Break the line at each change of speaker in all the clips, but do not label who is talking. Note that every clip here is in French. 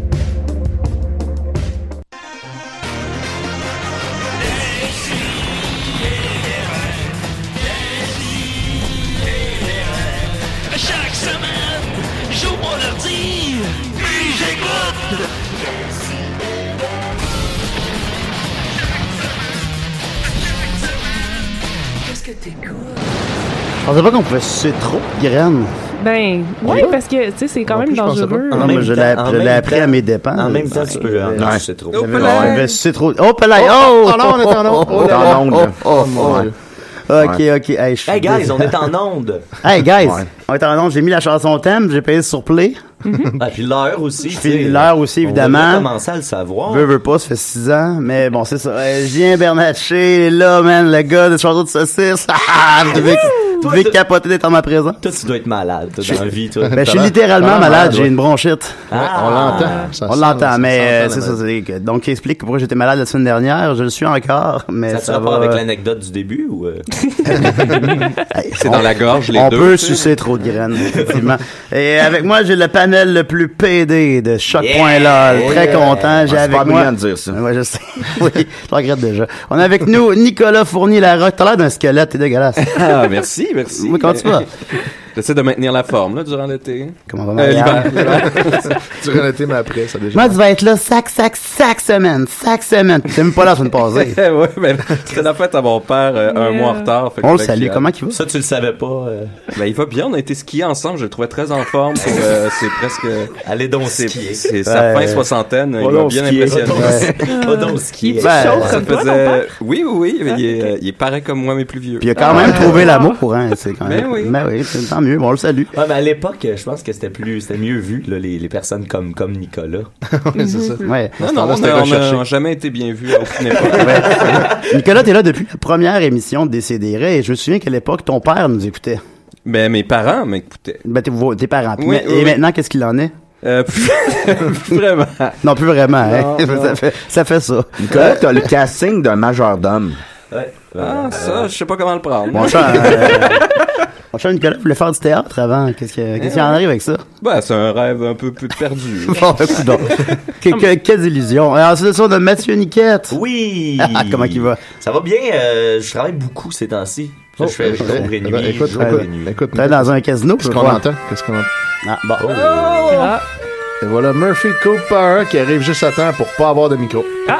Chaque semaine, j'ouvre mon ordi, puis j'écoute. Qu'est-ce que t'écoutes?
Je pensais pas qu'on pouvait sucer trop de graines.
Ben, oui, parce que, tu sais, c'est quand même dangereux.
Non, mais je l'ai je l'ai appris à mes dépens.
En même temps, tu peux le
Ouais.
c'est trop.
J'avais- ouais, j'avais sucé trop. Oh, palais! Oh!
oh, non, on est en onde. Oh là là.
En onde, là.
Oh, mon Dieu.
Ok, ok. Hey, je suis
Hey guys,
dés-
on est en onde.
Hey, guys! On est en onde. J'ai mis la chanson thème, j'ai payé sur play.
Ah, puis l'heure aussi. tu
Puis
sais.
l'heure aussi, évidemment.
On a commencé à le savoir.
Veux, veux pas, ça fait 6 ans. Mais bon, c'est ça. Euh, Julien Bernatchez, là, man, le gars de Chanteau de saucisse. Ah, Vous devez, vous devez
Toi,
capoter d'être en ma présence.
Toi, tu dois être malade, toi, dans la vie, toi.
Ben, je suis
T'as l'air- t'as
littéralement
l'air
malade,
malade,
j'ai
ouais.
une bronchite.
Ah.
On l'entend. Ça
On
sent-
l'entend, mais euh,
sent
c'est
la
ça. c'est que- Donc, il explique pourquoi j'étais malade la semaine dernière. Je le suis encore, mais
Ça
ça,
a
va.
rapport avec l'anecdote du début ou. euh?
C'est dans la gorge, les
On
deux.
peut sucer trop de graines, effectivement. Et avec moi, j'ai le panel le plus PD de choc.lol. Très
Yeah.
content. J'ai
c'est
avec
pas
moi.
brillant de dire ça.
Ouais, je sais. oui, je le regrette déjà. On a avec nous Nicolas Fournier-Larocque. T'as l'air d'un squelette, t'es dégueulasse.
Ah, merci, merci.
Oui, comment tu vas?
J'essaie de maintenir la forme, là, durant l'été.
Comment va
Euh,
Marianne?
Tu relatais, mais après, ça déjà.
Moi, tu vas être là sac, sac, sac semaine, sac semaine. T'es même pas là la semaine passée.
Eh ouais, mais c'était la fête à mon père euh, un
Yeah.
mois en retard. fait que
On le
j'étais
salue.
fier.
Comment qu'il va?
Ça, tu le savais pas. euh.
Ben, il va bien, on a été skier ensemble, je le trouvais très en forme. pour, euh, c'est presque...
Allez donc
C'est
skier.
c'est sa
Ouais.
fin soixantaine, il
Oh
m'a
non,
bien
skier.
impressionné.
Ouais.
Pas donc skier.
Il
Ben,
est chaud
ça
comme toi, ton père.
Oui, oui, oui, mais il, est, euh, il est pareil comme moi, mais plus vieux.
Ah, Puis il a quand même trouvé l'amour, hein. C'est quand même.
Ben oui.
Ben oui, c'est- tant mieux. Bon, on le salue.
Ouais, mais à l'époque, je pense que c'était plus, c'était mieux vu, là, les, les personnes comme, comme Nicolas.
Ouais,
Mm-hmm.
c'est ça.
Ouais.
Non, non,
Dans ce temps-là,
on
c'était
a- on a-
recherché.
on a jamais été bien vu à aucune époque.
Nicolas, t'es là depuis la première émission de Décédéré et je me souviens qu'à l'époque, ton père nous écoutait.
Mais Ben, mes parents m'écoutaient.
Ben, tes, vos- tes parents. Puis
Oui,
mais-
oui,
et
oui.
maintenant, qu'est-ce qu'il en est?
Euh, vraiment.
Non, plus vraiment,
Non,
hein.
non.
ça, fait, ça fait ça.
Nicolas, t'as le casting d'un majordome.
Ouais.
Ah, ça, je sais pas comment le prendre.
Euh, Mon cher, euh, mon cher Nicolas voulait faire du théâtre avant. Qu'est-ce que- qu'est-ce qu'il en arrive avec ça?
Ben, c'est un rêve un peu plus perdu.
Bon, ben, coudonc. Que- que- Quelles illusions. Alors, c'est le soir de Mathieu Niquette.
Oui!
Ah, comment qu'il va?
Ça va bien, euh, je travaille beaucoup ces temps-ci.
Oh,
Je fais
ben,
jour et nuit,
Écoute, écoute,
jour et nuit.
écoute.
T'es dans un casino, je
Qu'est-ce qu'on
crois.
entend? Qu'est-ce qu'on entend? Oh,
Ah, bon.
Oh,
Oh.
Ah,
Et voilà Murphy Cooper qui arrive juste à temps pour pas avoir de micro.
Ah.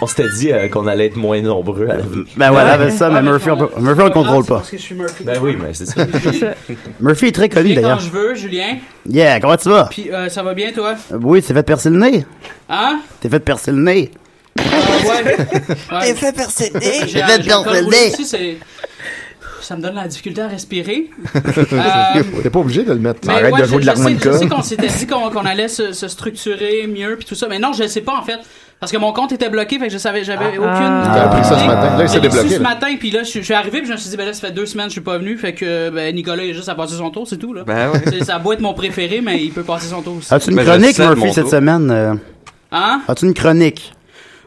On s'était dit euh, qu'on allait être moins nombreux à la
Ben voilà, ben ça, mais Murphy, on, peut, Murphy, on le contrôle pas.
Parce que je suis Murphy.
Ben oui, mais c'est ça.
Murphy est très
Je
connu,
viens quand
d'ailleurs.
je veux, Julien.
Yeah, comment tu vas?
Puis euh, ça va bien, toi?
Oui, t'es fait percer le nez.
Hein?
T'es fait percer le nez.
Euh, ouais. ouais.
fait percer le nez.
J'ai
T'es
j'ai
fait
le col
percer le
roulé
nez.
aussi, c'est... Ça me donne la difficulté à respirer. Euh,
T'es pas obligé de le mettre.
mais
Arrête
ouais,
de jouer
je-
de
je sais-
l'harmonica.
Je sais qu'on s'était dit qu'on qu'on allait se, se structurer mieux puis tout ça, mais non, je sais pas en fait, parce que mon compte était bloqué, fait que je savais,
Ah.
j'avais aucune.
Ah, T'as appris ça ce matin. Là, il s'est
J'ai su
débloqué.
ce
là.
matin, puis là, je, je suis arrivé, puis je me suis dit, ben là, ça fait deux semaines, que je suis pas venu, fait que ben, Nicolas est juste à passer son tour, c'est tout là.
Ben ouais.
C'est- Ça a beau être mon préféré, mais il peut passer son tour aussi.
As-tu une
Ben, je
chronique,
cède mon
Murphy, cette
tour.
semaine? euh?
Hein?
As-tu une chronique?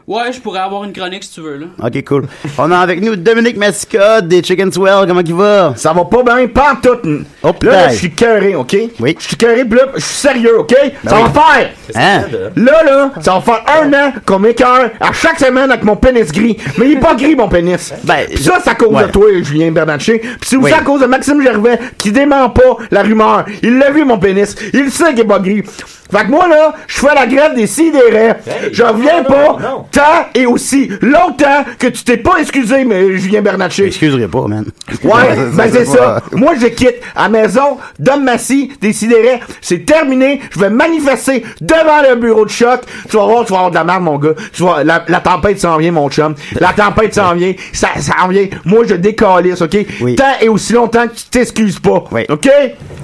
Ouais, je pourrais avoir une chronique si tu veux, là.
Ok, cool. On a avec nous Dominique Mascotte des Chicken Swell. Comment il va?
Ça va pas bien, pas en tout. là, là, je suis cœuré, OK?
Oui.
Je suis cœuré, puis là, je suis sérieux, OK?
Ben
ça
oui.
va faire!
Hein?
Là, là, ça va faire un an qu'on m'écœure à chaque semaine avec mon pénis gris. Mais il est pas gris, mon pénis. Ben, ça, c'est à cause
ouais.
de toi, Julien Bernatchez. Puis c'est aussi
Oui.
à cause de Maxime Gervais qui dément pas la rumeur. Il l'a vu, mon pénis. Il sait qu'il est pas gris. Fait que moi, là, je fais la grève des sidérés. je reviens pas tant et aussi longtemps que tu t'es pas excusé, mais Julien Bernatchez.
Excuserai pas, man.
Ouais, ben c'est ça.
pas-
Moi, je quitte à maison, Dom Massy, déciderait, c'est terminé, je vais manifester devant le bureau de choc. Tu vas voir, tu vas avoir de la merde, mon gars. Tu vas, la, la tempête s'en vient, mon chum. La tempête s'en vient, ça s'en vient. Moi, je décalisse, OK? Tant et aussi longtemps que tu t'excuses pas, OK?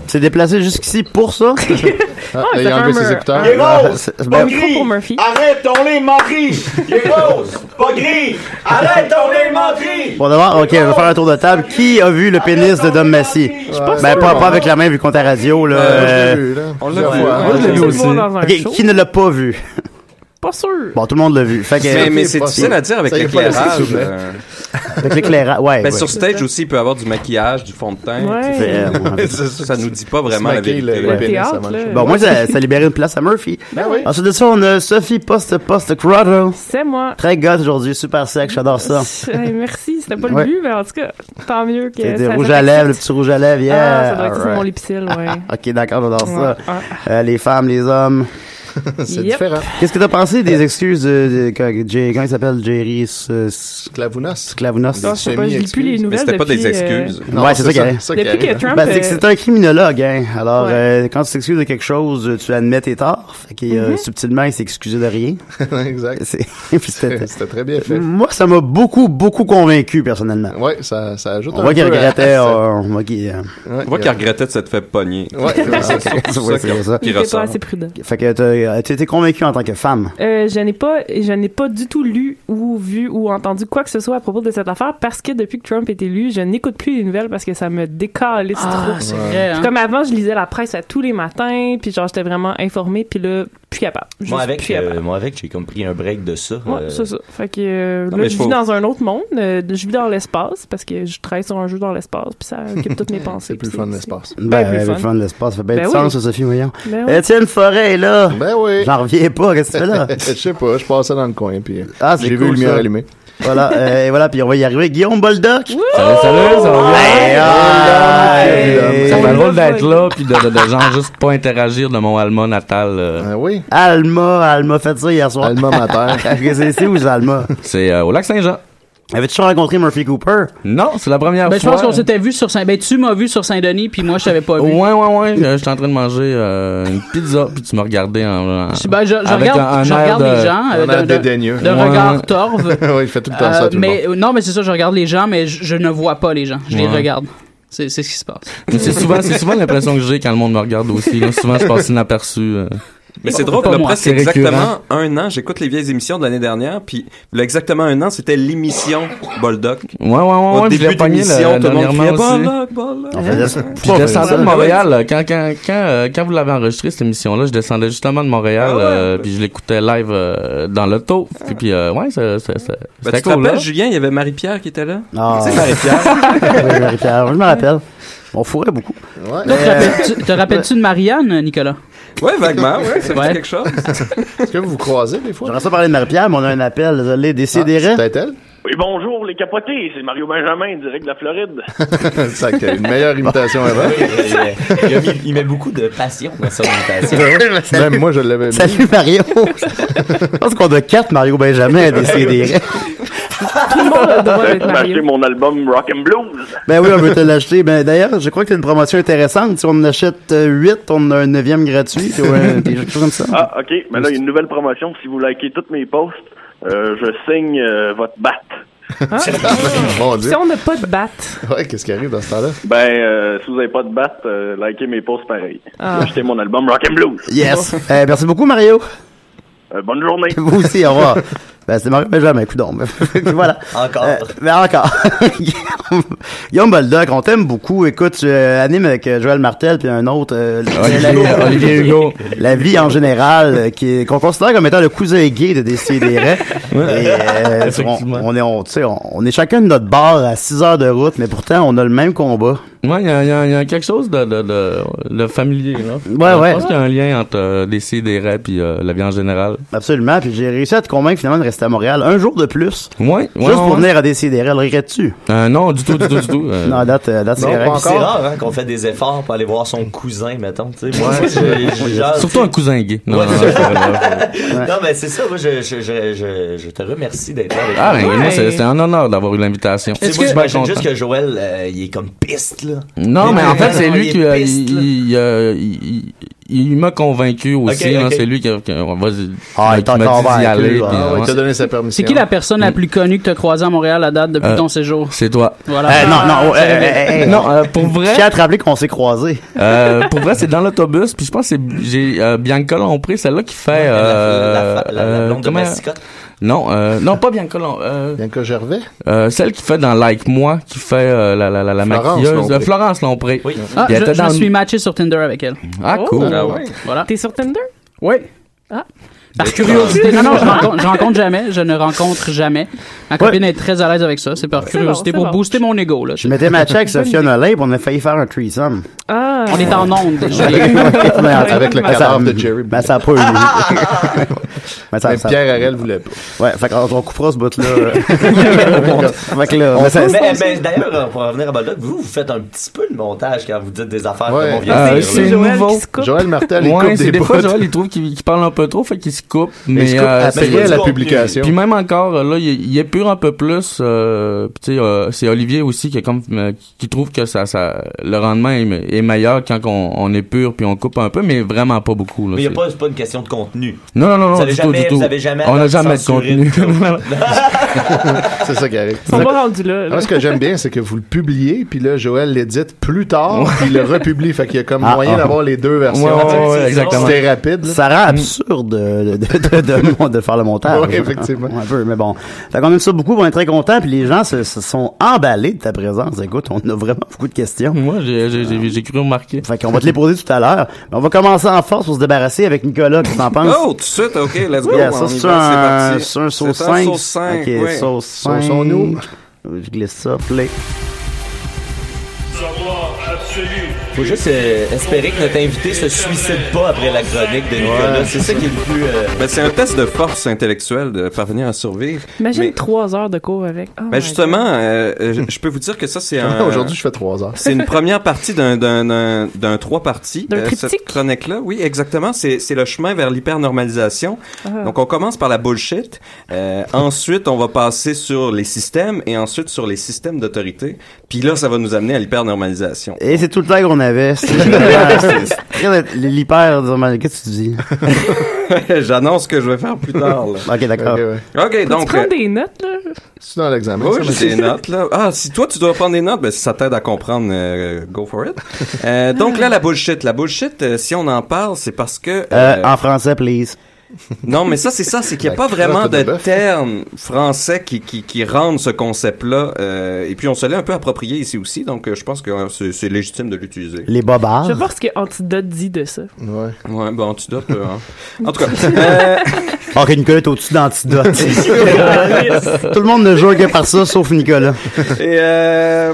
C'est déplacé jusqu'ici pour ça?
Ah, il a enlevé ses écouteurs. Ah,
Il est rose,
C'est-
pas
ben-
gris. Arrête-on les menteries. Il est rose, pas gris. Arrête-on les menteries.
Bon, d'abord, ok, on va faire un tour de table. Qui a vu le pénis de Dom Massy?
pas
Ben,
sûr,
pas,
moi.
pas avec la main vu qu'on est à radio, là.
Euh, moi, je l'ai
euh,
vu, là. On l'a
ouais,
vu, hein.
ouais,
Moi, je l'ai
ouais.
vu aussi. dans un
Ok,
show.
qui ne l'a pas vu?
Pas sûr.
Bon, tout le monde l'a vu. Fait que-
Mais, mais c'est difficile à dire avec
Ça y est, pas
l'éclairage.
laissé sous-
euh.
hein.
Avec l'éclairage, ouais.
Ben,
ouais.
sur stage aussi, il peut avoir du maquillage, du fond de teint.
Ouais.
tu sais.
Ouais.
ça, ça nous dit pas vraiment
Se
la
maquiller
vérité.
le- le pénis, ça marche. Bon, moi, ça, ça libérait une place à Murphy.
Ben oui.
Ensuite de ça, on a Sophie Poste Poste Crotto.
C'est moi.
Très goth aujourd'hui, super sec, j'adore ça.
Hey, merci, c'était pas le
Ouais.
but, mais en tout cas, tant mieux que.
C'est du
ça
rouge
fait-
à lèvres, le petit rouge à lèvres, yeah.
Ah, ça doit être ça, c'est
alright.
mon lipsil, ouais.
Ok, d'accord, j'adore ça.
Ouais, ouais.
Euh, les femmes, les hommes.
C'est Yep. différent.
Qu'est-ce que t'as pensé des excuses de, de- que- Jay- comment il s'appelle, Jerry euh, Sclavounos. Sclavounos.
Non, je sais pas, je lis plus les nouvelles. depuis, euh,
ouais, c'est ça, qui arrive.
Depuis que Trump.
Ben, c'est que
euh,
c'est un criminologue, hein. Alors, euh, quand tu t'excuses de quelque chose, euh, tu admets tes torts. Fait que, euh,
Mm-hmm.
Mhm.
subtilement, il s'est excusé de rien.
exact.
C'est- Puis c'était-
C'était très bien
Mm.
fait.
Moi, ça m'a beaucoup, beaucoup convaincu, personnellement.
Ouais, ça, ça ajoute
On
un
voit qu'il
peu hein. à-
regrettait,
à-
euh, on voit qu'il, euh,
On voit qu'il regrettait de s'être fait pogner.
Ouais, ouais,
c'est
c'est
surtout ça
Ouais, c'est
qui-
ça.
qui ressort.
prudent.
Fait que t'as euh, t'as été convaincu en tant que femme.
Euh, je n'ai pas, je n'ai pas du tout lu ou vu ou entendu quoi que ce soit à propos de cette affaire parce que depuis que Trump est élu, je n'écoute plus les nouvelles parce que ça me décalisse
Ah,
trop.
c'est vrai, hein.
Puis Comme avant, je lisais la presse à tous les matins, puis genre j'étais vraiment informée, puis là, plus capable. Juste
Moi avec,
plus capable.
euh, moi avec, j'ai comme pris un break de ça.
Ouais,
euh,
c'est ça. Fait que euh,
Non,
là,
mais
je
faut-
vis dans un autre monde. euh, je vis dans l'espace parce que je travaille sur un jeu dans l'espace, puis ça occupe toutes mes pensées.
C'est plus le fun de l'espace.
Ben,
Ben, plus
ben,
fun.
le fun de l'espace, ça fait bien
Ben
du
oui.
sens, ça, Sophie, voyons.
Ben oui.
Étienne Forêt est là.
Ben oui.
J'en reviens pas, qu'est-ce que tu fais là?
Je sais pas, je passais dans le coin, puis euh,
Ah, c'est
j'ai vu
cool,
le lumière
ça.
allumée.
Voilà, euh, et voilà, puis on va y arriver. Guillaume Boldoc.
Salut, salut, ça va
Hey,
Ah,
hey, hey.
Ça fait drôle d'être là, puis de, de, de genre juste pas interagir de mon alma natal. euh.
Ah oui.
Alma, Alma fait ça hier soir. Alma mater. c'est c'est où, c'est Alma?
C'est euh, au lac Saint-Jean.
Avais-tu rencontré Murphy Cooper?
Non, c'est la première
Ben, je
fois.
pense qu'on s'était vu sur Saint. Ben, tu m'as vu sur Saint-Denis, puis moi, je t'avais pas vu.
Ouais, ouais, ouais. euh, J'étais en train de manger euh, une pizza, puis tu me regardais en. en-
Ben, je, je
avec
regarde,
un- un
je
air
regarde
de-
les gens euh, d'un- d'un- d'un
Ouais.
regard torve.
il fait tout le temps ça,
Euh,
tout le
mais, Non, mais c'est ça, je regarde les gens, mais je, je ne vois pas les gens. Je les
Ouais.
regarde. C'est c'est ce qui se passe.
Mais C'est souvent, c'est souvent l'impression que j'ai quand le monde me regarde aussi. là. Souvent, je passe inaperçu. euh.
Mais c'est drôle,
Pas
là,
moi.
presque
C'est récurrent.
exactement un an, j'écoute les vieilles émissions de l'année dernière, puis là, exactement un an, c'était l'émission Boldoc.
Ouais, ouais, ouais.
Au
ouais, puis je
début
l'ai pogné
d'émission,
là,
tout le monde
dernièrement
criait,
aussi.
Boldoc, Boldoc.
On faisait ça.
Puis je Hein? descendais de Montréal. là. Quand, quand, quand, euh, quand vous l'avez enregistré, cette émission-là, je descendais justement de Montréal,
Ah
euh, puis je l'écoutais live euh, dans l'auto. Puis, puis euh, ouais, c'est- c'est- c'est-
Ben,
c'était
tu te
cool. hein?
rappelles,
là.
Julien, il y avait Marie-Pierre qui était là?
Ah.
Tu sais, Marie-Pierre.
Oui, Marie-Pierre, je me rappelle. On fourrait beaucoup. Euh,
Ouais.
Toi, te rappelles-tu- te rappelles-tu de Marianne, Nicolas?
Ouais, vaguement, ouais,
c'est
c'est
Ouais.
quelque chose.
Est-ce que vous vous croisez des fois?
J'aimerais ça parler de Marie-Pierre, mais on a un appel. Désolé, décidérez.
C'était Ah, elle?
Oui, bonjour les capotés, c'est Mario Benjamin, direct de la Floride.
ça, une meilleure imitation avant.
il, euh, il a mis- il met beaucoup de passion dans son imitation.
Même moi, je l'avais mis.
Salut Mario! Je pense qu'on a quatre Mario Benjamin à décider.
Tout le monde
a le
droit d'être
acheté mon album Rock and Blues.
Ben oui, on peut te l'acheter. Ben d'ailleurs, je crois que c'est une promotion intéressante. Si on en achète 8, on a un neuvième gratuit. Puis, ouais, puis quelque chose comme ça.
Ah, ok, mais là, il y a une nouvelle promotion. Si vous likez toutes mes posts, euh, je signe euh, votre batte.
Mon Dieu.
Si on n'a pas de batte.
Ouais, qu'est-ce qui arrive dans ce temps-là?
Ben, euh, si vous n'avez pas de batte, euh, likez mes posts pareil.
Ah.
Achetez mon album Rock and Blues.
Yes! Euh, merci beaucoup, Mario!
Euh, bonne journée.
Vous aussi, au revoir. Ben, c'est Mario Benjamin, coudon. voilà.
Encore.
Euh, mais encore. Guillaume- Guillaume Boldoc, on t'aime beaucoup. Écoute, tu euh, animes avec euh, Joël Martel puis un autre. euh,
Olivier- Olivier Hugo.
La vie en général, euh, qui est- qu'on considère comme étant le cousin gay de Décideret. Et, euh, on,
Effectivement.
on est, on, tu sais, on, on est chacun de notre bar à 6 heures de route, mais pourtant, on a le même combat.
Ouais, il y, a- y a y a quelque chose de, de, de, de familier, là.
Ouais,
je
ouais.
pense qu'il y a un lien entre euh, des cils, des rêves puis euh, la vie en général.
Absolument. Puis j'ai réussi à te convaincre finalement de rester à Montréal un jour de plus.
Ouais,
Juste
ouais,
pour
ouais.
venir à Décideret, le rirais-tu?
Euh, non, du tout, du tout, du tout. euh.
Non, à date, euh, à date, c'est
Non, pas
correct.
encore.
C'est rare hein, qu'on fait des efforts pour aller voir son cousin, mettons. tu sais. Moi, je- je- genre,
Surtout un cousin gay. Non, non, non, c'est vrai, ouais.
non, mais c'est ça. Moi, je, je, je, je, je te remercie d'être là avec
Ah, ben,
nous.
moi, c'est c'est un honneur d'avoir eu l'invitation.
Tu sais, moi,
Je suis bien
j'imagine
content.
juste que Joël, euh, il est comme piste, là.
Non, mais en fait, c'est
Non,
lui
il
qui
est
euh,
piste, là.
il, il, euh, il- il- il m'a convaincu aussi.
Ok,
hein,
ok.
C'est lui qui, qui- vas-y,
Ah, il
qui
t'a
m'a dit d'y
convaincu,
aller.
ah,
puis, hein.
ouais,
ouais,
il t'a donné sa permission.
C'est qui la personne la plus connue que tu as croisée à Montréal à date depuis
Euh,
ton séjour?
C'est toi.
Voilà.
Eh, non,
Ah,
non, eh, eh, eh, eh.
Non, euh, pour vrai.
Je tiens à te rappeler qu'on s'est croisés.
Euh, pour vrai, c'est dans l'autobus. Puis je pense que c'est j'ai euh, Bianca Lompré, celle-là qui fait. Euh,
la- la- la
euh,
blonde de
comment-
Massicotte.
Non, euh, non, pas Bianca Lom- euh, euh, celle qui fait dans Like Moi, qui fait euh, la, la, la, la
Florence
maquilleuse.
Lompré.
euh, Florence Lompré.
Oui.
Puis
Ah,
elle
je,
était
je
dans
me
le-
suis matché sur Tinder avec elle. Oh,
Ah, cool. Ah ouais.
Voilà.
T'es sur Tinder?
Oui.
Ah.
Par curiosité. Non, non, je rencontre, je rencontre jamais. Je ne rencontre jamais. Ma copine est très à l'aise avec ça. C'est par
bon,
curiosité
c'est
pour
bon.
booster mon ego. Là,
Je mettais ma check, Sophia Nolin, puis on a failli faire un threesome.
Ah.
On est en onde.
Avec
le cadavre de Jerry
Mais ça a pas eu.
Mais
mais
Pierre Harel voulait pas.
Ouais, fait qu'on on coupera ce bout-là. fait que là,
On
mais ça-
peut- mais, mais d'ailleurs, euh, pour revenir à Baldock, vous, vous faites un petit peu le montage quand vous dites des affaires
Ouais.
comme on vient
Ah,
de dire.
c'est
là.
nouveau. Joël qui se coupe.
Joël Martel, il
Ouais,
coupe
c'est
des
des fois,
bouts.
Joël, il trouve qu'il qu'il parle un peu trop, fait qu'il se coupe. Mais
il se coupe
euh,
après
c'est-
la publication.
Puis même encore, là, il, il épure un peu plus. euh, puis tu sais, euh, c'est Olivier aussi qui, est comme, euh, qui trouve que ça, ça, le rendement est, me- est meilleur quand on, on épure puis on coupe un peu, mais vraiment pas beaucoup. Là,
Mais y a
c'est-
pas, c'est pas une question de contenu.
Non, non, non,
Vous
non,
avez
du tout,
jamais-
du tout.
Vous avez jamais
On n'a
à
jamais de
censurer
contenu.
le-
c'est ça qui arrive.
Ils sont pas rendus là. là.
Moi, ce que j'aime bien, c'est que vous le publiez, puis là, Joël l'édite plus tard, puis il le republie. Fait qu'il y a comme
Ah,
moyen
ah.
d'avoir les deux versions. C'était rapide. là.
Ça rend absurde de, de, de, de- de faire le montage.
Ouais, effectivement.
Un peu, mais bon. Fait qu'on aime ça beaucoup, on est très contents, puis les gens se, se sont emballés de ta présence. Écoute, on a vraiment beaucoup de questions.
Moi, j'ai- j'ai j'ai- j'ai cru remarquer.
Fait qu'on va te les poser tout à l'heure. Mais on va commencer en force pour se débarrasser avec Nicolas, qu'est-ce que t'en penses?
Oh, tout de suite, ok, let's go.
Yeah,
on
ça,
y
c'est
va,
un,
parti.
c'est un sauce
C'est un
5.
sauce 5,
Ok,
ouais.
sauce 5.
Sauçons-nous.
Je glisse ça, play.
Savoir absolu.
Faut juste euh, espérer que notre invité se suicide pas après la chronique de Nicolas.
Ouais,
c'est
c'est
ça qui est le plus. euh,
Ben, c'est un test de force intellectuelle de parvenir à survivre.
Imagine
Mais-
trois heures de cours avec. Oh
Ben
my
justement, euh, euh, je- je peux vous dire que ça, c'est un...
Aujourd'hui, je fais trois heures.
C'est une première partie d'un, d'un, d'un, d'un trois parties. euh,
D'un
cette chronique-là, oui, exactement. C'est, c'est le chemin vers l'hypernormalisation.
Uh-huh.
Ah.
Donc, on commence par la bullshit. Euh, ensuite, on va passer sur les systèmes et ensuite sur les systèmes d'autorité. Puis là, ça va nous amener à l'hypernormalisation.
Et c'est tout le temps qu'on avait. C'est c'est- c'est très- l'hyper. Qu'est-ce que tu dis?
J'annonce que je vais faire plus tard. là.
ok, d'accord.
OK,
God. Tu
donc...
prends
euh,
des notes, là?
C'est dans l'examen.
Oui,
ça,
j'ai
Mathieu?
des notes, là. Ah, si toi, tu dois prendre des notes, ben, si ça t'aide à comprendre, euh, go for it. Euh, donc là, la bullshit. La bullshit, euh, si on en parle, c'est parce que...
Euh,
euh,
en français, please.
Non, mais ça, c'est ça, c'est qu'il
Ben,
n'y a
La
pas vraiment
crotte de
de
bœuf.
terme français qui, qui, qui rendent ce concept-là. euh, et puis, on se l'est un peu approprié ici aussi, donc euh, je pense que euh, c'est c'est légitime de l'utiliser.
Les bobards.
Je sais pas ce que Antidote dit de ça.
Ouais.
Ah. Ouais, ben, antidote, euh, hein. En tout cas, euh,
Ok, Nicolas est au-dessus d'antidote. tout le monde ne joue que par ça, sauf Nicolas.
Et euh,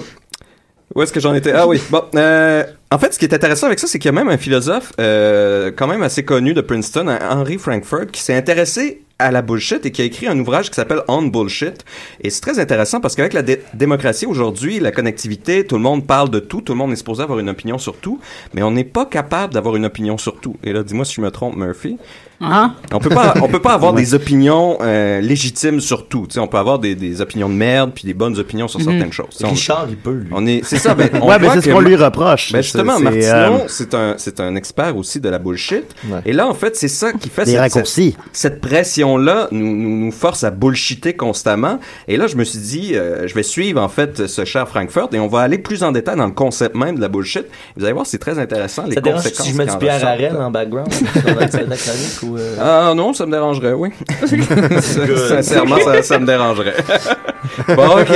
où est-ce que j'en étais Ah oui. Bon, euh, en fait, ce qui est intéressant avec ça, c'est qu'il y a même un philosophe euh, quand même assez connu de Princeton, Henry Frankfurt, qui s'est intéressé à la bullshit et qui a écrit un ouvrage qui s'appelle On Bullshit. Et c'est très intéressant parce qu'avec la dé- démocratie aujourd'hui, la connectivité, tout le monde parle de tout, tout le monde est supposé avoir une opinion sur tout, mais on n'est pas capable d'avoir une opinion sur tout. Et là, dis-moi si je me trompe, Murphy.
Hein?
On peut pas, on peut pas avoir des opinions euh, légitimes sur tout. Tu sais, on peut avoir des, des opinions de merde puis des bonnes opinions sur
Mhm.
certaines choses. Tu sais, on-
Richard, il peut, lui.
On est, c'est ça. Ben, on
Ouais, mais
voit
c'est ce
que
qu'on
Ma-
lui reproche.
Ben justement,
C'est- c'est,
Martineau,
euh,
c'est un, c'est un expert aussi de la bullshit. Et là, en fait, c'est ça qui fait
Des raccourcis.
cette, cette pression-là nous, nous, nous force à bullshiter constamment. Et là, je me suis dit, euh, je vais suivre en fait ce cher Frankfurt et on va aller plus en détail dans le concept même de la bullshit. Vous allez voir, c'est très intéressant. Ah, Les
Ça te dérange
conséquences.
si je mets du
qui en
Pierre
ressortent.
Harel en background sur la- la chronique ou
ou... euh,
Ah non, ça me dérangerait, oui.
Good.
Sincèrement, ça, ça me dérangerait. bon, ok.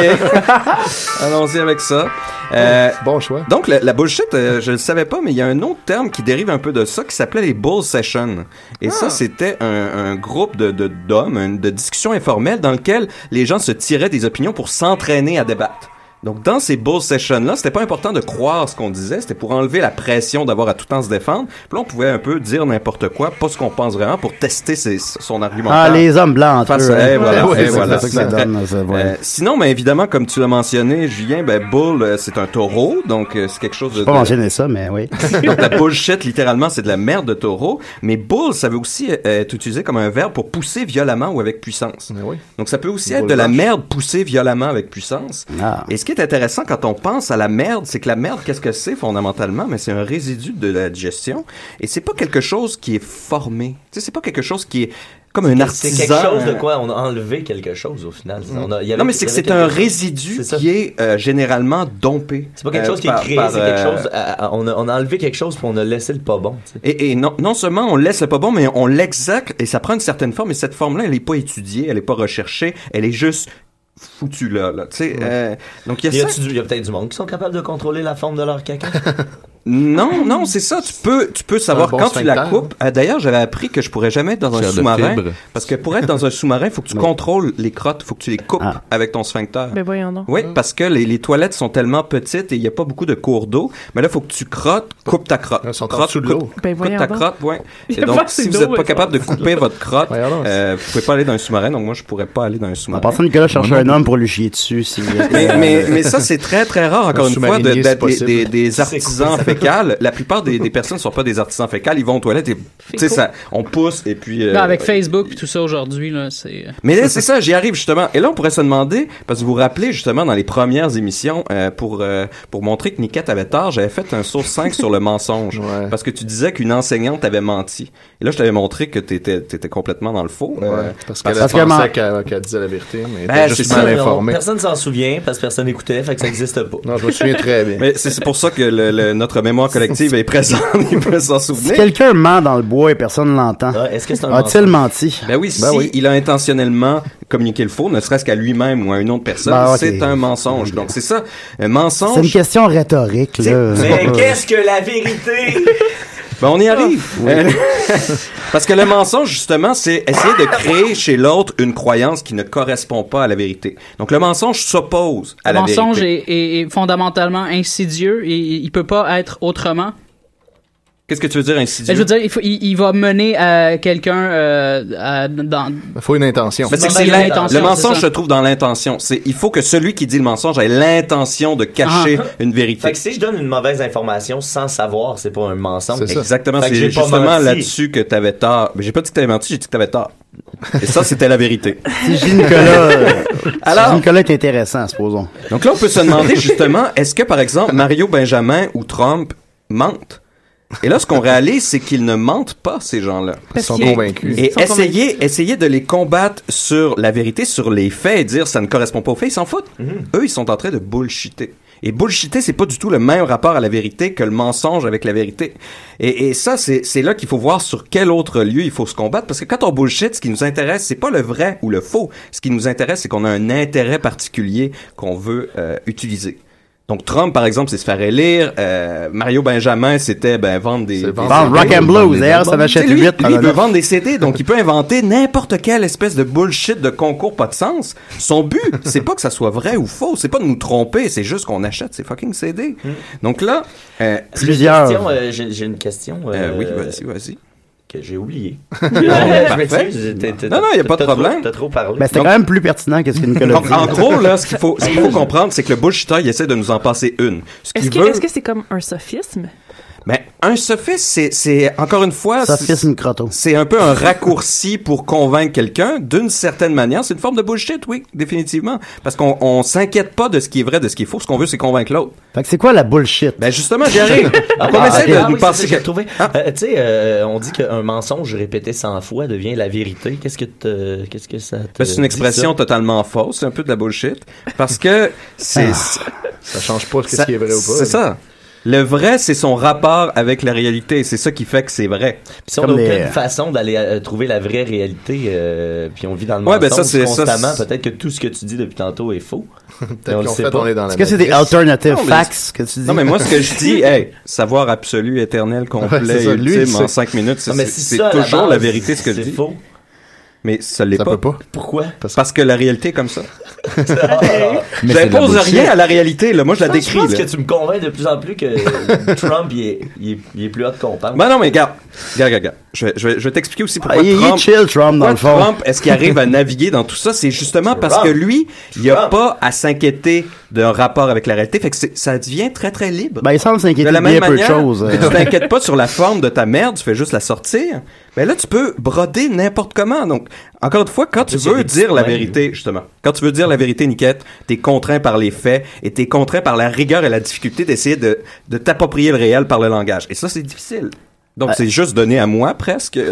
Allons-y avec ça. Euh,
bon choix.
Donc, la, la bullshit, euh, je le savais pas, mais il y a un autre terme qui dérive un peu de ça qui s'appelait les bull sessions. Et
Ah.
ça, c'était un, un groupe de de- d'hommes, une- de, discussion informelle dans lequel les gens se tiraient des opinions pour s'entraîner à débattre. Donc, dans ces bull sessions-là, c'était pas important de croire ce qu'on disait, c'était pour enlever la pression d'avoir à tout temps se défendre. Puis là, on pouvait un peu dire n'importe quoi, pas ce qu'on pense vraiment, pour tester ses- son argument.
Ah, les hommes blancs, entre
Face-
eux, hein.
Eh, voilà,
Ouais,
eh,
c'est
voilà.
ça que ça donne, ça, ouais.
Euh, sinon, ben, évidemment, comme tu l'as mentionné, Julien, ben, bull, euh, c'est un taureau, donc euh, c'est quelque chose de...
J'ai pas
de-
mentionné ça, mais oui.
donc la bullshit, littéralement, c'est de la merde de taureau. Mais bull, ça veut aussi euh, être utilisé comme un verbe pour pousser violemment ou avec puissance. Donc ça peut aussi être de la
Bullrush.
merde poussée violemment avec puissance.
Ah.
Et ce qui est intéressant quand on pense à la merde, c'est que la merde, qu'est-ce que c'est fondamentalement Mais c'est un résidu de la digestion. Et c'est pas quelque chose qui est formé. Tu sais, c'est pas quelque chose qui est comme un
C'est
artisan.
quelque chose de quoi on a enlevé quelque chose au final. On a- il y avait-
Mm. non, mais
il
c'est
y
que
avait
c'est un
quelque-
résidu qui est euh, généralement dompé. euh,
C'est pas quelque chose qui est créé, c'est quelque chose. à- à- on, a, on a enlevé quelque chose puis on a laissé le pas bon. tu sais.
Et, et non, non seulement on laisse le pas bon, mais on l'exacte et ça prend une certaine forme. Et cette forme-là, elle n'est pas étudiée, elle n'est pas recherchée, elle est juste foutue là. là tu sais, euh, donc il y a, ça.
du- il y a peut-être du monde qui sont capables de contrôler la forme de leur caca.
Non, non, c'est ça. Tu peux, tu peux savoir
Un bon
quand tu la
sphincter,
coupes. Euh, D'ailleurs, j'avais appris que je pourrais jamais être dans un
Chair de
sous-marin
fibre.
parce que pour être dans un sous-marin, faut que tu contrôles les crottes, faut que tu les coupes avec ton sphincter.
Ben voyons donc.
Oui, parce que les, les toilettes sont tellement petites et il n'y a pas beaucoup de cours d'eau. Mais là, il faut que tu crottes, coupes ta crotte.
sont en
crotte,
dessous de
coupe-
l'eau.
Ben
coupes
voyons
ta
donc.
crotte, ouais.
Il y
Et
a
donc,
pas
si
assez
vous
d'eau,
n'êtes pas
ouais.
capable de couper votre crotte, euh, vous pouvez pas aller dans un sous-marin. Donc, moi, je pourrais pas aller dans un
En
sous-marin.
passant, Nicolas cherche un homme pour lui chier dessus, s'il vous plaît.
Mais, mais, mais ça, c'est très, très rare, encore
Un
une fois, de-
sous-marinier,
d'être des,
c'est
des,
possible.
des
C'est
artisans
cool.
fécales. La plupart des, des personnes ne sont pas des artisans fécales. Ils vont aux toilettes et, tu sais,
cool.
ça, on pousse et puis... euh,
Non, avec Facebook et tout ça aujourd'hui, là, c'est. euh,
mais là, c'est ça, j'y arrive justement. Et là, on pourrait se demander, parce que vous vous rappelez justement dans les premières émissions, euh, pour euh, pour montrer que Niket avait tort, j'avais fait un source 5 sur le mensonge. Parce que tu disais qu'une enseignante t'avait menti. Et là, je t'avais montré que t'étais étais complètement dans le faux. euh,
Parce qu'elle pensait qu'elle qu'elle disait la vérité, mais
Ben,
elle était
c'est
juste
ça,
mal
non.
informée.
Personne s'en souvient parce que personne n'écoutait, fait que ça n'existe pas.
Non, je me souviens très bien.
Mais c'est c'est pour ça que le- le- notre mémoire collective est présente, il peut s'en
Si
souvenir.
quelqu'un ment dans le bois et personne l'entend,
Ah, est-ce que c'est un
a-t-il menti?
Ben oui,
Ben
si
oui.
il a intentionnellement communiqué le faux, ne serait-ce qu'à lui-même ou à une autre personne,
Ben, ok.
c'est un mensonge. Donc c'est ça, un
C'est une
mensonge.
question rhétorique, là.
Mais qu'est-ce
que la vérité?
Ben on y arrive. Euh, Parce que le mensonge justement, c'est essayer de créer chez l'autre une croyance qui ne correspond pas à la vérité. Donc le mensonge s'oppose à
Le
la
mensonge
vérité.
est, est- est fondamentalement insidieux et il peut pas être autrement.
Qu'est-ce que tu veux dire insidieux
Ben, je veux dire, il, faut- il- il va mener à quelqu'un euh, à- dans.
Il faut une intention.
Ben, c'est que c'est l'in- le mensonge se trouve dans l'intention. C'est il faut que celui qui dit le mensonge ait l'intention de cacher
Ah.
une vérité.
Fait que si je donne une mauvaise information sans savoir, c'est pas un mensonge.
C'est ça. Exactement,
Fait que
c'est
j'ai pas
justement
menti.
là-dessus que t'avais tort. Mais j'ai pas dit que t'avais menti, j'ai dit que t'avais tort. Et ça, c'était la vérité.
Si je dis Nicolas, Alors...
Alors-
Nicolas est intéressant, supposons.
Donc là, on peut se demander justement, est-ce que par exemple Mario Benjamin ou Trump mentent? Et là, ce qu'on réalise, c'est qu'ils ne mentent pas, ces gens-là.
Ils sont Parce qu'ils- convaincus.
Et
Ils sont
essayer, essayer de les combattre sur la vérité, sur les faits, et dire ça ne correspond pas aux faits, ils s'en foutent. Eux, ils sont en train de bullshiter. Et bullshiter, c'est pas du tout le même rapport à la vérité que le mensonge avec la vérité. Et, et ça, c'est c'est là qu'il faut voir sur quel autre lieu il faut se combattre. Parce que quand on bullshit, ce qui nous intéresse, c'est pas le vrai ou le faux. Ce qui nous intéresse, c'est qu'on a un intérêt particulier qu'on veut euh, utiliser. Donc Trump, par exemple, c'est se faire élire. Euh, Mario Benjamin, c'était ben vendre des, des
vendre rock and blues. D'ailleurs, ça m'achète
lui,
huit
lui, il
pendant
peut
neuf.
vendre des CD, donc il peut inventer n'importe quelle espèce de bullshit de concours pas de sens. Son but, c'est pas que ça soit vrai ou faux, c'est pas de nous tromper, c'est juste qu'on achète ces fucking CD. Donc là, euh,
J'ai une question, euh, J'ai j'ai une question.
Euh, oui,
vas-y,
vas-y.
Que j'ai oublié.
Parfait. Non, non, y a pas de problème.
T'as trop parlé.
Mais Ben, c'était quand même plus pertinent que ce que Nicolas
donc,
dit.
en gros, là, ce qu'il faut, ce qu'il faut comprendre, c'est que le bullshitter, il essaie de nous en passer une. Ce
Est-ce
qu'il
que
veut,
est-ce que c'est comme un sophisme?
mais un sophisme, c'est, c'est encore une fois,
Sophisme
c'est- c'est un peu un raccourci pour convaincre quelqu'un. D'une certaine manière, c'est une forme de bullshit, oui, définitivement, parce qu'on on s'inquiète pas de ce qui est vrai, de ce qui est faux. Ce qu'on veut, c'est convaincre l'autre.
Fait que c'est quoi la bullshit?
Ben justement, j'y arrive.
Ah,
on
ah,
essaie
ok.
de
Ah
nous
oui, c'est
passer
ça, j'ai retrouvé. Euh, tu sais, euh, on dit qu'un mensonge répété 100 fois devient la vérité. Qu'est-ce que te- qu'est-ce que ça te
Ben, c'est une
dit,
expression
ça?
totalement fausse, c'est un peu de la bullshit, parce que c'est...
Ah. Ça change pas
ce
qu'est-ce qui est vrai ou pas.
C'est ça. Le vrai, c'est son rapport avec la réalité. C'est ça qui fait que c'est vrai.
Si on n'a aucune façon d'aller euh, trouver la vraie réalité, euh, puis on vit dans le
Ouais, ben
mensonge
ça, c'est- ça,
constamment,
c'est-
peut-être que tout ce que tu dis depuis tantôt est faux. Mais
qu'en
le sait
fait,
pas.
on est dans la
Est-ce que c'est des alternative facts que tu dis?
Non, mais moi, ce que je dis, hey, savoir absolu, éternel,
Ouais,
complet,
c'est ça. Lui,
ultime,
c'est-
en cinq minutes, c'est
Non, mais
c'est-
si
c'est
ça, à la
toujours la,
base,
vérité, ce que je dis.
C'est faux.
Mais ça l'est
Ça
pas.
peut pas. Pourquoi?
Parce, que la réalité est comme ça.
Mais c'est de la
J'impose
bullshit.
rien à la réalité, là. Moi, je la
pense-
décris,
Je pense
là.
que tu me convaincs de plus en plus que Trump, il est, il est, il est plus haut qu'on pense.
Ben non, mais regarde, regarde, regarde, regarde. Je vais, je vais- je vais t'expliquer aussi pourquoi
Ah, il- il est
Trump...
chill, Trump, dans le
pourquoi
fond.
Trump, est-ce qu'il arrive à naviguer dans tout ça? C'est justement parce
Trump.
que lui, il n'y a pas à s'inquiéter d'un rapport avec la réalité. Fait que c'est- ça devient très, très libre.
Ben, il semble s'inquiéter
de la même
bien peu de
manière
choses. euh.
que tu t'inquiètes pas sur la forme de ta merde, tu fais juste la sortir. Mais là, tu peux broder n'importe comment. Donc, encore une fois, quand tu
il y a
veux
des
dire la
petites mains,
vérité, justement, quand tu veux dire la vérité, Niquette, t'es contraint par les faits et t'es contraint par la rigueur et la difficulté d'essayer de, de t'approprier le réel par le langage. Et ça, c'est difficile. Donc,
Ouais.
c'est juste donné à moi, presque, de-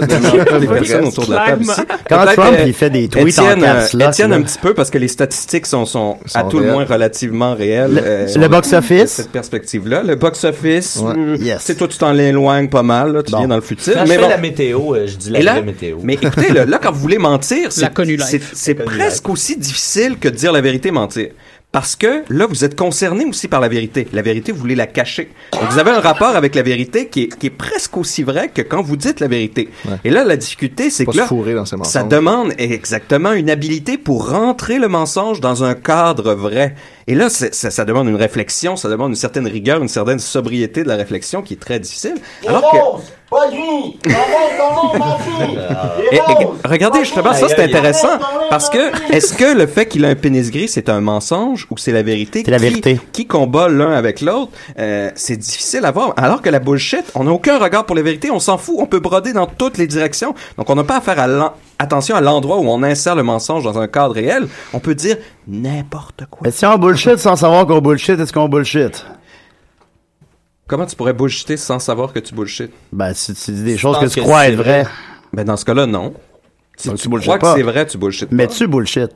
les personnes autour de la table ici.
Quand
Peut-être,
Trump,
euh,
il fait des tweets en
Étienne, euh,
caps lock,
Étienne,
là.
un petit peu, parce que les statistiques sont, sont, à
sont
tout le
réelles.
moins relativement réelles.
Le-
euh,
le box-office.
de Cette perspective-là. Le box-office,
Ouais.
euh, c'est toi, tu t'en éloignes pas mal, là, tu viens dans le futur.
Quand je
mais
fais
bon.
la météo, euh, je dis la
Et là-
vraie météo.
Mais écoutez, là, là, quand vous voulez mentir, c'est-
La connue life.
c'est c'est presque aussi difficile que de dire la vérité mentir. Parce que là, vous êtes concerné aussi par la vérité. La vérité, vous voulez la cacher. Donc, vous avez un rapport avec la vérité qui est, qui est presque aussi vrai que quand vous dites la vérité. Et là, la difficulté, c'est
Pas
que
se
là,
fourrer dans ces
ça
mensonges.
demande exactement une habilité pour rentrer le mensonge dans un cadre vrai. Et là, c'est- ça, ça demande une réflexion, ça demande une certaine rigueur, une certaine sobriété de la réflexion qui est très difficile. Alors que...
Pas lui! Non, non, non,
Et- et- regardez, justement, ça c'est intéressant parce que est-ce que le fait qu'il a un pénis gris c'est un mensonge ou c'est la vérité
C'est la
Qui-
vérité.
Qui combat l'un avec l'autre, euh, c'est difficile à voir. Alors que la bullshit, on n'a aucun regard pour la vérité, on s'en fout, on peut broder dans toutes les directions. Donc on n'a pas à faire à l'en- attention à l'endroit où on insère le mensonge dans un cadre réel. On peut dire n'importe quoi.
Mais Ben, si on bullshit sans savoir qu'on bullshit, est-ce qu'on bullshit?
Comment tu pourrais bullshiter sans savoir que tu bullshit
Ben, si tu dis des choses que tu crois être vraies.
Ben dans ce cas-là, non. Si
Donc,
tu,
tu bullshit
crois
pas.
que c'est vrai, tu bullshit.
Mais tu bullshit.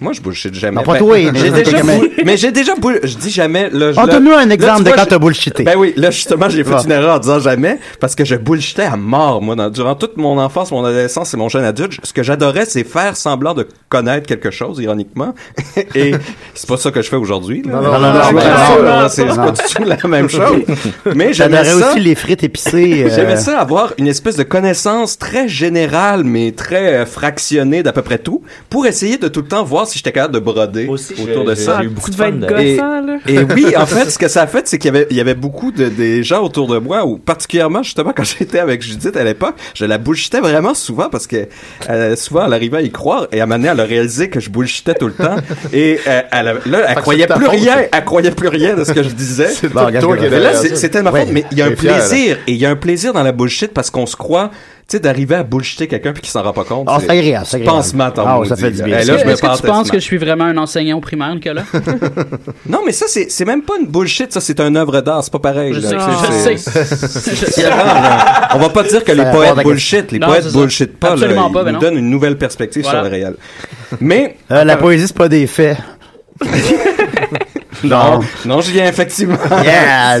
Moi, je bullshit jamais.
Non, pas toi,
Ben,
mais
j'ai
t'es
déjà
jamais-
bull- Mais j'ai déjà bull... Je dis jamais. Là, je-
On
là-
t'a mis
là,
un
tu
exemple de
vois,
quand
je-
t'as bullshité.
Ben oui, là, justement, j'ai fait
Ah.
une erreur en disant jamais parce que je bullshitais à mort, moi. dans- Durant toute mon enfance, mon adolescence et mon jeune adulte, je- ce que j'adorais, c'est faire semblant de connaître quelque chose, ironiquement. et c'est pas ça que je fais aujourd'hui. là.
Non, non, non, non,
C'est
non,
pas-
non, non,
C'est
non.
pas du tout la même chose. Mais j'aimais
J'adorais
ça.
aussi les frites épicées. euh,
J'aimais ça avoir une espèce de connaissance très générale, mais très euh, fractionnée d'à peu près tout, pour essayer de tout le temps voir si j'étais capable de broder autour de
j'ai-
ça.
j'ai eu beaucoup de Tu devais fun être de-
et,
gossant, là.
et oui, en fait, ce que ça a fait, c'est qu'il y avait, il y avait beaucoup de des gens autour de moi, ou particulièrement justement quand j'étais avec Judith à l'époque, je la bullshitais vraiment souvent parce que euh, souvent elle arrivait à y croire et à m'amener à le réaliser que je bullshitais tout le temps. Et euh, elle, avait- là,
Fait
elle
que
croyait
c'est ta
plus
faute,
rien,
ça.
elle croyait plus rien de ce que je disais. Bah,
C'est Bon, toi regarde, qui
Mais
avais
là,
raison.
c'est- c'était de ma faute,
Ouais.
mais il y a un
T'es fier, là.
plaisir et il y a un plaisir dans la bullshit parce qu'on se croit, tu sais, d'arriver à bullshitter quelqu'un puis qu'il s'en rend pas compte.
Ah, c'est agréable,
Tu
c'est agréable.
penses mat en
Ah,
maudit,
ça fait du
là.
bien.
Et
Est-ce
là,
que-
je me
est-ce que
pense
tu penses
mal.
que je suis vraiment un enseignant au primaire, que là?
Non, mais ça, c'est c'est même pas une bullshit, ça, c'est une œuvre d'art, c'est pas pareil.
Je
là. C'est-
sais, je sais.
c'est-
Je
c'est
sais.
différent, là. On va pas dire que les
Ça a pas
poètes
de-
bullshit, les
Non,
poètes
c'est ça.
bullshit pas, là.
Absolument pas, ben
Ils nous
non.
donnent une nouvelle perspective sur
Voilà.
le réel. Mais.
euh, la poésie, c'est pas des faits.
Non, non, je viens effectivement.
Yeah,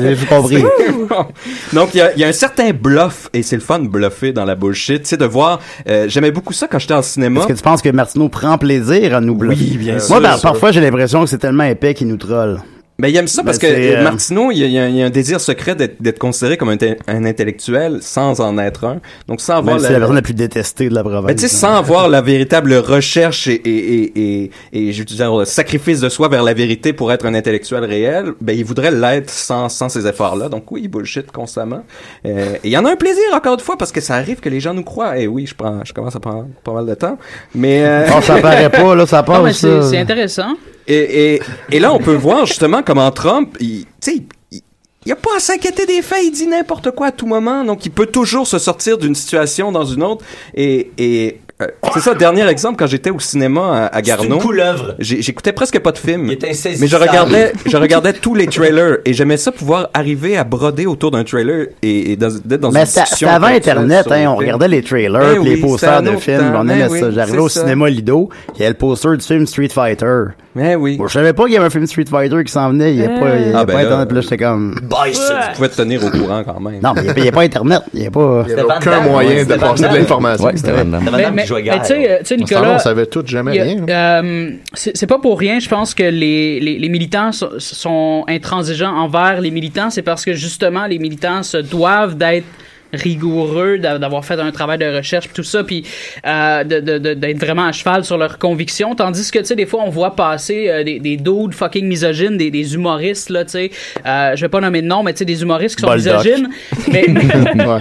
j'ai compris.
C'est bon. Donc, il y a- il y, a un certain bluff, et c'est le fun de bluffer dans la bullshit, c'est de voir. euh, J'aimais beaucoup ça quand j'étais en cinéma.
Est-ce que tu penses que Martineau prend plaisir à nous bluffer?
Oui, bien sûr.
Moi, par-
sûr.
parfois, j'ai l'impression que c'est tellement épais qu'il nous troll.
Mais il aime ça
Ben,
parce que
c'est, euh,
Martineau, il y, a- il y a un- il y a un désir secret d'être d'être considéré comme un, inte- un intellectuel sans en être un. Donc, sans avoir
Même si Ben, c'est la personne la plus détestée de la province.
Mais tu sais, sans voir la véritable recherche et, et, et, et, et, je veux dire, le sacrifice de soi vers la vérité pour être un intellectuel réel, ben, il voudrait l'être sans, sans ces efforts-là. Donc oui, il bullshit constamment. Euh, et il y en a un plaisir, encore une fois, parce que ça arrive que les gens nous croient. Et oui, je prends, je commence à prendre pas mal de temps. Mais, euh,
Oh, ça paraît pas, là, ça passe.
Non, mais c'est
ça.
c'est intéressant.
et, et, et là, on peut voir justement comment Trump, il, tu sais, il- il a pas à s'inquiéter des faits, il dit n'importe quoi à tout moment, donc il peut toujours se sortir d'une situation dans une autre. Et, et euh, c'est ça, dernier exemple, quand j'étais au cinéma à, à Garneau.
une couleuvre.
j'ai- J'écoutais presque pas de films.
insaisissable.
Mais je regardais, je regardais tous les trailers et j'aimais ça pouvoir arriver à broder autour d'un trailer et, et dans, d'être dans
Mais
une
c'était
discussion
c'était avant
comme ça
Internet,
sur
hein,
le
on
film.
regardait les trailers,
Eh
puis
oui, c'était
les
un
posters de
autre
films,
temps.
on
Eh
aimait
oui,
ça. J'arrivais
c'est
au
ça.
cinéma Lido, il y avait le poster du film Street Fighter.
Mais Ben oui.
je savais pas qu'il y avait un film Street Fighter qui s'en venait, il n'y
Eh.
a pas, il y
Ah,
a pas
ben là.
Internet, puis là j'étais comme...
Bison, Tu pouvais te tenir au courant quand même.
Non, mais il n'y a, pas Internet, il n'y a pas...
Il y avait C'était aucun Van Damme, moyen ouais, de c'était passer Van de Damme. l'information.
Ouais, c'était
Ouais.
Van Damme.
C'était Van
Mais, mais- mais tu sais, euh, tu sais,
Dans ce temps-là,
Nicolas.
on savait tous jamais
il y a-
rien,
euh, c'est c'est pas pour rien, je pense que les, les, les militants so- sont intransigeants envers les militants. C'est parce que justement, les militants se doivent d'être rigoureux, d'a- d'avoir fait un travail de recherche, tout ça, puis euh, de- de- de- d'être vraiment à cheval sur leurs convictions. Tandis que, tu sais, des fois, on voit passer euh, des, des dudes fucking misogynes, des, des humoristes, là, tu sais. Euh, je vais pas nommer de nom, mais tu sais, des humoristes qui sont
Boldoc.
misogynes. Mais,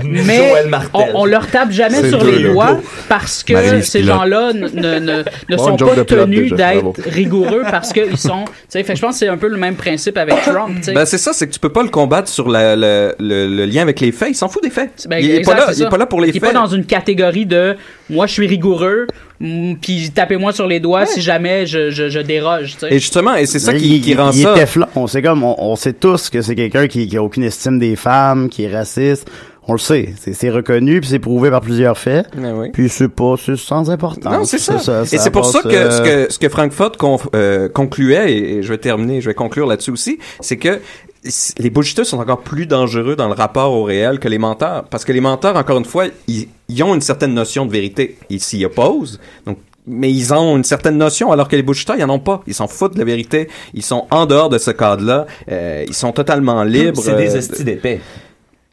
mais
Joël Martel.
on, on leur tape jamais
C'est
sur
deux,
les
là.
doigts parce que
Marie
ces
Pilote.
gens-là ne, ne- ne- ne
Bon,
sont
une joke
pas
de pilote
tenus
déjà, bravo.
d'être rigoureux parce qu'ils sont. tu sais, Fait, que je pense que c'est un peu le même principe avec Trump. tu sais.
Ben, c'est ça, c'est que tu peux pas le combattre sur la- la- le, le lien avec les faits. Il s'en fout des faits.
Ben,
il, est
exact,
pas là,
c'est
il est
ça.
pas là pour les
Il est
faits.
pas dans une catégorie de moi je suis rigoureux, mm, puis tapez-moi sur les doigts si jamais je, je, je déroge. tu sais.
Mais il- il est Teflon. On sait comme, on, on sait tous que c'est quelqu'un qui, qui a aucune estime des femmes, qui est raciste. On le sait. C'est, c'est reconnu puis c'est prouvé par plusieurs faits. Puis c'est pas, c'est sans importance.
Non, c'est ça. et
ça
c'est pour
passe,
ça que
euh,
ce que, ce que Frankfurt conf- euh, concluait, et, et je vais terminer, je vais conclure là-dessus aussi, c'est que s- les bullshitters sont encore plus dangereux dans le rapport au réel que les menteurs. Parce que les menteurs, encore une fois, ils, ils ont une certaine notion de vérité. Ils s'y opposent. Donc, mais ils ont une certaine notion, alors que les bullshitters, ils en ont pas. Ils s'en foutent de la vérité. Ils sont en dehors de ce cadre-là. Euh, ils sont totalement libres.
C'est des
euh,
estis d'épais.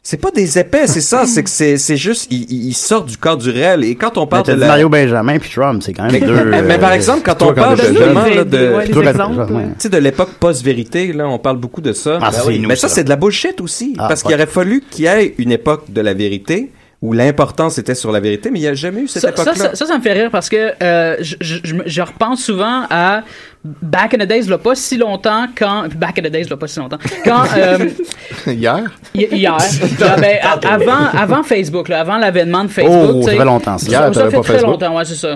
C'est pas des épais, c'est ça. c'est que c'est c'est juste, ils, ils ils sortent du cadre du réel. Et quand on
mais
parle
t'as
de
dit
la...
Mario Benjamin puis Trump, c'est quand même
Mais,
deux.
mais
euh,
par exemple, quand
toi,
on parle
t'as
justement
Benjamin,
là, de,
toi, quand t'as Benjamin.
Tu sais, de l'époque post-vérité, là, on parle beaucoup de ça.
Ah, c'est
mais
nous,
ça,
ça.
c'est de la bullshit aussi.
Ah,
parce
ouais.
qu'il aurait fallu qu'il y ait une époque de la vérité où l'importance était sur la vérité, mais il n'y a jamais eu cette
Ça ça,
époque-là.
ça, ça, ça me fait rire parce que euh, je, je- je me- je repense souvent à Back in the Days, là, pas si longtemps, quand. Back in the Days, là, pas si longtemps. Quand. euh,
Hier?
Hi- Hier. Ah, ben, a- avant, avant Facebook, là, avant l'avènement de Facebook.
Oh,
tu sais.
ça fait longtemps, ça.
Ça,
Hier,
ça
t'avais
fait
pas
très
Facebook.
longtemps, ouais, c'est ça.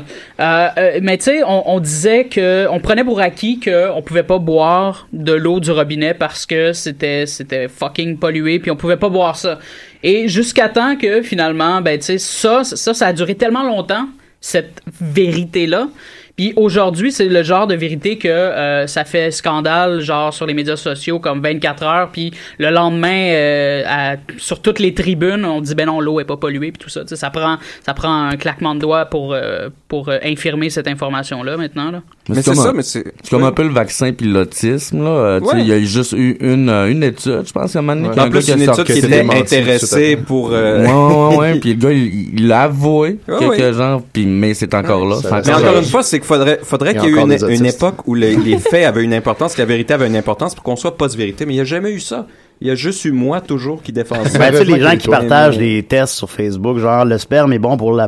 Euh, euh, mais tu sais, on, on disait que, on prenait pour acquis qu'on pouvait pas boire de l'eau du robinet parce que c'était, c'était fucking pollué, puis on pouvait pas boire ça. Et jusqu'à temps que finalement, ben tu sais, ça, ça, ça a duré tellement longtemps, cette vérité-là. Puis aujourd'hui, c'est le genre de vérité que euh, ça fait scandale, genre sur les médias sociaux comme 24 heures, puis le lendemain, euh, à- sur toutes les tribunes, on dit ben non, l'eau est pas polluée, puis tout ça. Tu sais, Ça prend, ça prend un claquement de doigts pour euh, pour euh, infirmer cette information-là maintenant. Là.
Mais c'est
comme
ça,
un-
mais c'est-
comme un peu le vaccin puis l'autisme, là. Euh, tu sais,
Ouais.
Il y a eu juste eu une, euh, une étude, je pense, il y a un moment donné,
Ouais.
qu'il y a
En
un
plus,
gars qui a
une
sorti-
étude qui
que
était
c'était menti,
intéressée
tout à fait.
pour, euh,
Ouais, ouais, ouais. puis le gars, il il l'a avoué,
Ah,
quelque
oui.
genre, puis, mais c'est encore là. c'est
Mais encore une fois, c'est qu'il faudrait, faudrait
Il y a
qu'il y ait eu
encore
une,
des autistes.
une époque où les, les faits avaient une importance, que la vérité avait une importance, pour qu'on soit post-vérité. Mais il n'y a jamais eu ça. Il y a juste eu moi toujours qui défends ça.
Ben, tu sais, les gens qui partagent des tests sur Facebook, genre le sperme est bon pour la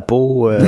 peau, euh,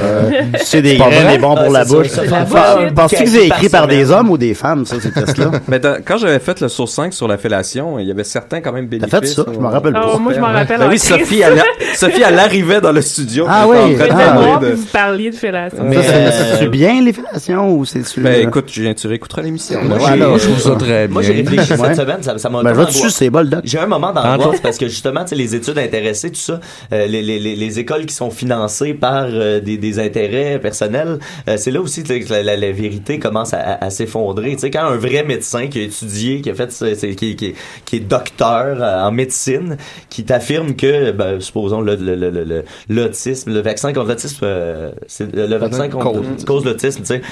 c'est des
C'est pas
graines
vrai?
est bon
Ah,
pour la
c'est ça,
bouche.
ça.
Fa-
La bullshit.
Penses-tu que c'est écrit par
Par
des hommes ou des femmes, ça, ces tests-là?
Mais dans- quand j'avais fait le sur 5 sur la fellation, il y avait certains quand même bénéfices. euh,
fait ça? Je m'en rappelle pas. Oh, moi, je m'en rappelle
Ben
en
oui,
crise.
Sophie, elle, a- Sophie, elle arrivait dans le studio.
Ah
puis elle
oui,
était en train de
ah. Moi,
parler de-
Vous parliez de fellation.
Mais,
Ça, c'est-
euh,
c'est-tu bien, les fellations, ou c'est-tu...
Ben écoute, Julien, tu réécouteras
Ben
l'émission.
Moi,
Voilà.
j'ai-
je trouve ça très euh, Moi, j'ai réfléchi cette
Ouais.
semaine, ça ça m'a.
Ben, je vais
vraiment-
te sucer, boldoc.
J'ai un moment
Tantôt.
d'angoisse parce que justement, tu sais, les études intéressées, tout ça, euh, les, les, les, les écoles qui sont financées par euh, des, des intérêts personnels, euh, c'est là aussi tu sais, que la, la- la vérité commence à, à- à s'effondrer. Tu sais, quand un vrai médecin qui a étudié, qui a fait, ce- ce- qui, qui, qui est docteur euh, en médecine, qui t'affirme que, ben, supposons le- le- le- le- le- l'autisme, le, vaccin contre l'autisme, euh, c'est le, le vaccin contre
Cause.
cause l'autisme, tu sais,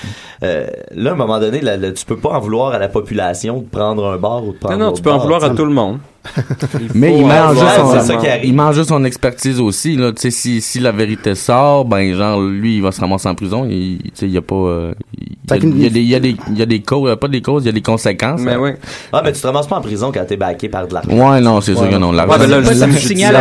euh, là, à un moment donné, là, là, tu peux pas en vouloir à la population de prendre un bar ou de prendre
Non, non, tu peux en vouloir à tout le monde.
Mais il mange,
Ouais,
juste
c'est ça
son,
qui arrive.
il mange juste son expertise aussi. Là. Tu sais, Si, si la vérité sort, ben genre lui, il va se ramasser en prison. Il, tu sais, il a pas, euh, il, Il y a des- il y a des- il y a des causes, pas des causes, il y a des conséquences. hein.
Mais oui. Ah, mais tu te ramasses pas en prison quand t'es backé par de l'argent.
Ouais, non, c'est sûr que non. L'argent, l'argent, ça existe.
Ouais, signal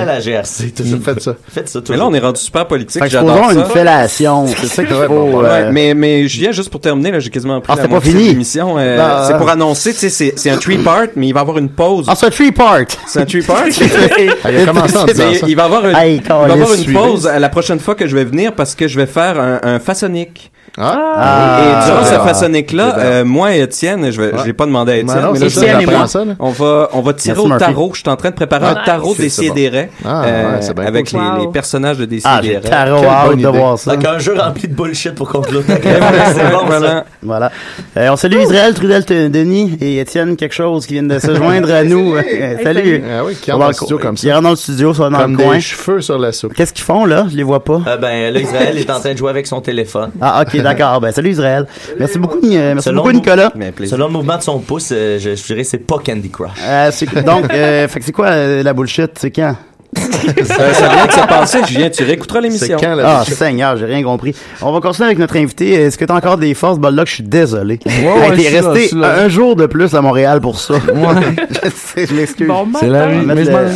à la GRC. tout ça. Faites ça.
Mais là, on est rendu super politique.
Fait que
J'adore
supposons
ça.
une
fellation, c'est ça qu'il faut,
Ouais,
euh,
Mais, mais Julien, juste pour terminer, là, j'ai quasiment pris
Ah,
la
c'était pas
moitié de
fini.
l'émission. euh,
Bah,
c'est
euh,
pour annoncer, tu sais, c'est- c'est un three-part, mais il va y avoir une pause.
Ah, c'est un three-part!
C'est un three-part?
Il a commencé en disant
Mais
ça.
Il va y avoir une,
Hey,
il va y avoir
Carlis,
une
suivez.
pause à la prochaine fois que je vais venir parce que je vais faire un, un façonnique.
Ah.
et durant
Ah.
ce façonnique-là,
C'est bon.
euh, moi et Étienne, je vais, je l'ai pas demandé à Étienne,
non,
mais
c'est
là,
ça,
Étienne et
j'apprends
moi,
ça, là.
on va, on va tirer
Merci,
au
Murphy.
tarot. Je suis en train de préparer
Ah,
un tarot
c'est- c'est bon.
des
Ah, ouais, c'est bien
E, euh, avec
cool.
les,
Wow.
les personnages de
Ah, j'ai
Décidéré.
tarot hâte de voir ça.
Donc, un jeu rempli de bullshit pour conclure
Eh,
ta carrière. C'est bon, ça.
Voilà. Euh, on salue Israël, Trudel, T- Denis et Étienne, quelque chose, qui viennent de se joindre à nous. Euh, salut.
Ah oui, qui
On
rentre
va
dans
en-
le studio comme ça.
Qui rentrent dans le studio, soit dans
Comme
le
des
coin.
cheveux sur la soupe.
Qu'est-ce qu'ils font, là? Je les vois pas.
Euh, ben, là, Israël est en train de jouer avec son téléphone.
Ah, ok, d'accord. Ben, salut Israël. Merci beaucoup, Ni- euh, merci beaucoup
le mou-
Nicolas.
Selon le mouvement de son pouce, euh, je, je dirais c'est pas Candy Crush.
Euh, c'est- donc, euh, fait que c'est quoi euh, la bullshit? C'est quand?
Euh, ça, ça vient de se passer, Julien. Tu réécouteras l'émission.
C'est quand, là? Ah, Seigneur, j'ai rien compris. On va continuer avec notre invité. Est-ce que t'as encore des forces? Ben là, que je suis désolé.
ouais,
Hey,
je suis
T'es
là, je
resté
suis là.
un jour de plus à Montréal pour ça. je sais, je m'excuse.
C'est la vie,
On
mais
va
je
mettre le- Euh,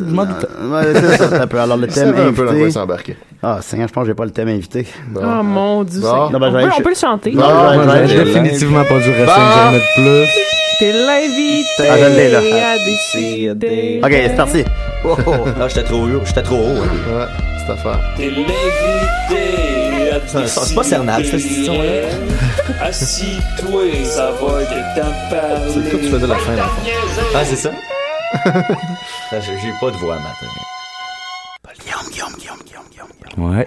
m'en- je m'en doutais.
Ouais, c'est ça, ça peut. Alors, le
Ça
thème
va un peu dans quoi
invité.
s'embarquer.
Ah, Seigneur, je pense que j'ai pas le thème invité.
Oh mon dieu.
Bon.
Seigneur.
Non, ben,
on,
j'allais-
peut, on peut le chanter.
Non, j'allais-
Moi,
j'allais-
j'ai
j'allais-
définitivement pas dû rester
Bon.
une journée de plus.
T'es l'invité
Ah, je l'ai, là.
à décider.
Ok, c'est parti.
Oh, oh. Non, j'étais trop haut. J'étais trop haut. hein.
Ouais, cette affaire.
T'es l'invité à
C'est un- c'est pas Cernal, cette
décider. Assis-toi, ça va être t'en parler.
C'est toi qui faisais la fin, dans le fond. Ah, c'est ça? Ah, J'ai j'ai pas de voix, matin.
Ah,
Ouais.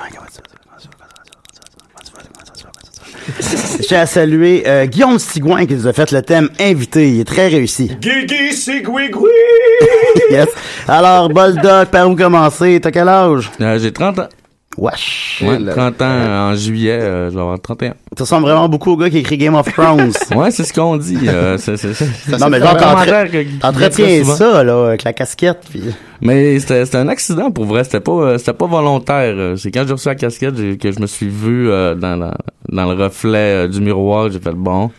Je tiens à saluer euh, Guillaume Sigouin qui nous a fait le thème invité. Il est très réussi.
Guigui, c'est Gouigoui!
Yes. Alors, Boldoc, par où commencer? T'as quel âge?
Euh, J'ai 30 ans.
Wesh.
Ouais, 30 ans euh, en juillet, euh, je vais avoir 31.
Ça ressemble vraiment beaucoup au gars qui écrit Game of Thrones.
ouais, c'est ce qu'on dit. euh, c'est- c'est- c'est-
non, mais
c'est un
genre,
commentaire
t'entre-
que-
t'entretiens
que-
ça, là, avec la casquette. Puis...
Mais c'était c'était un accident pour vrai, c'était pas euh, c'était pas volontaire. Euh, C'est quand j'ai reçu la casquette j'ai- que je me suis vu euh, dans la, dans le reflet euh, du miroir, j'ai fait bon.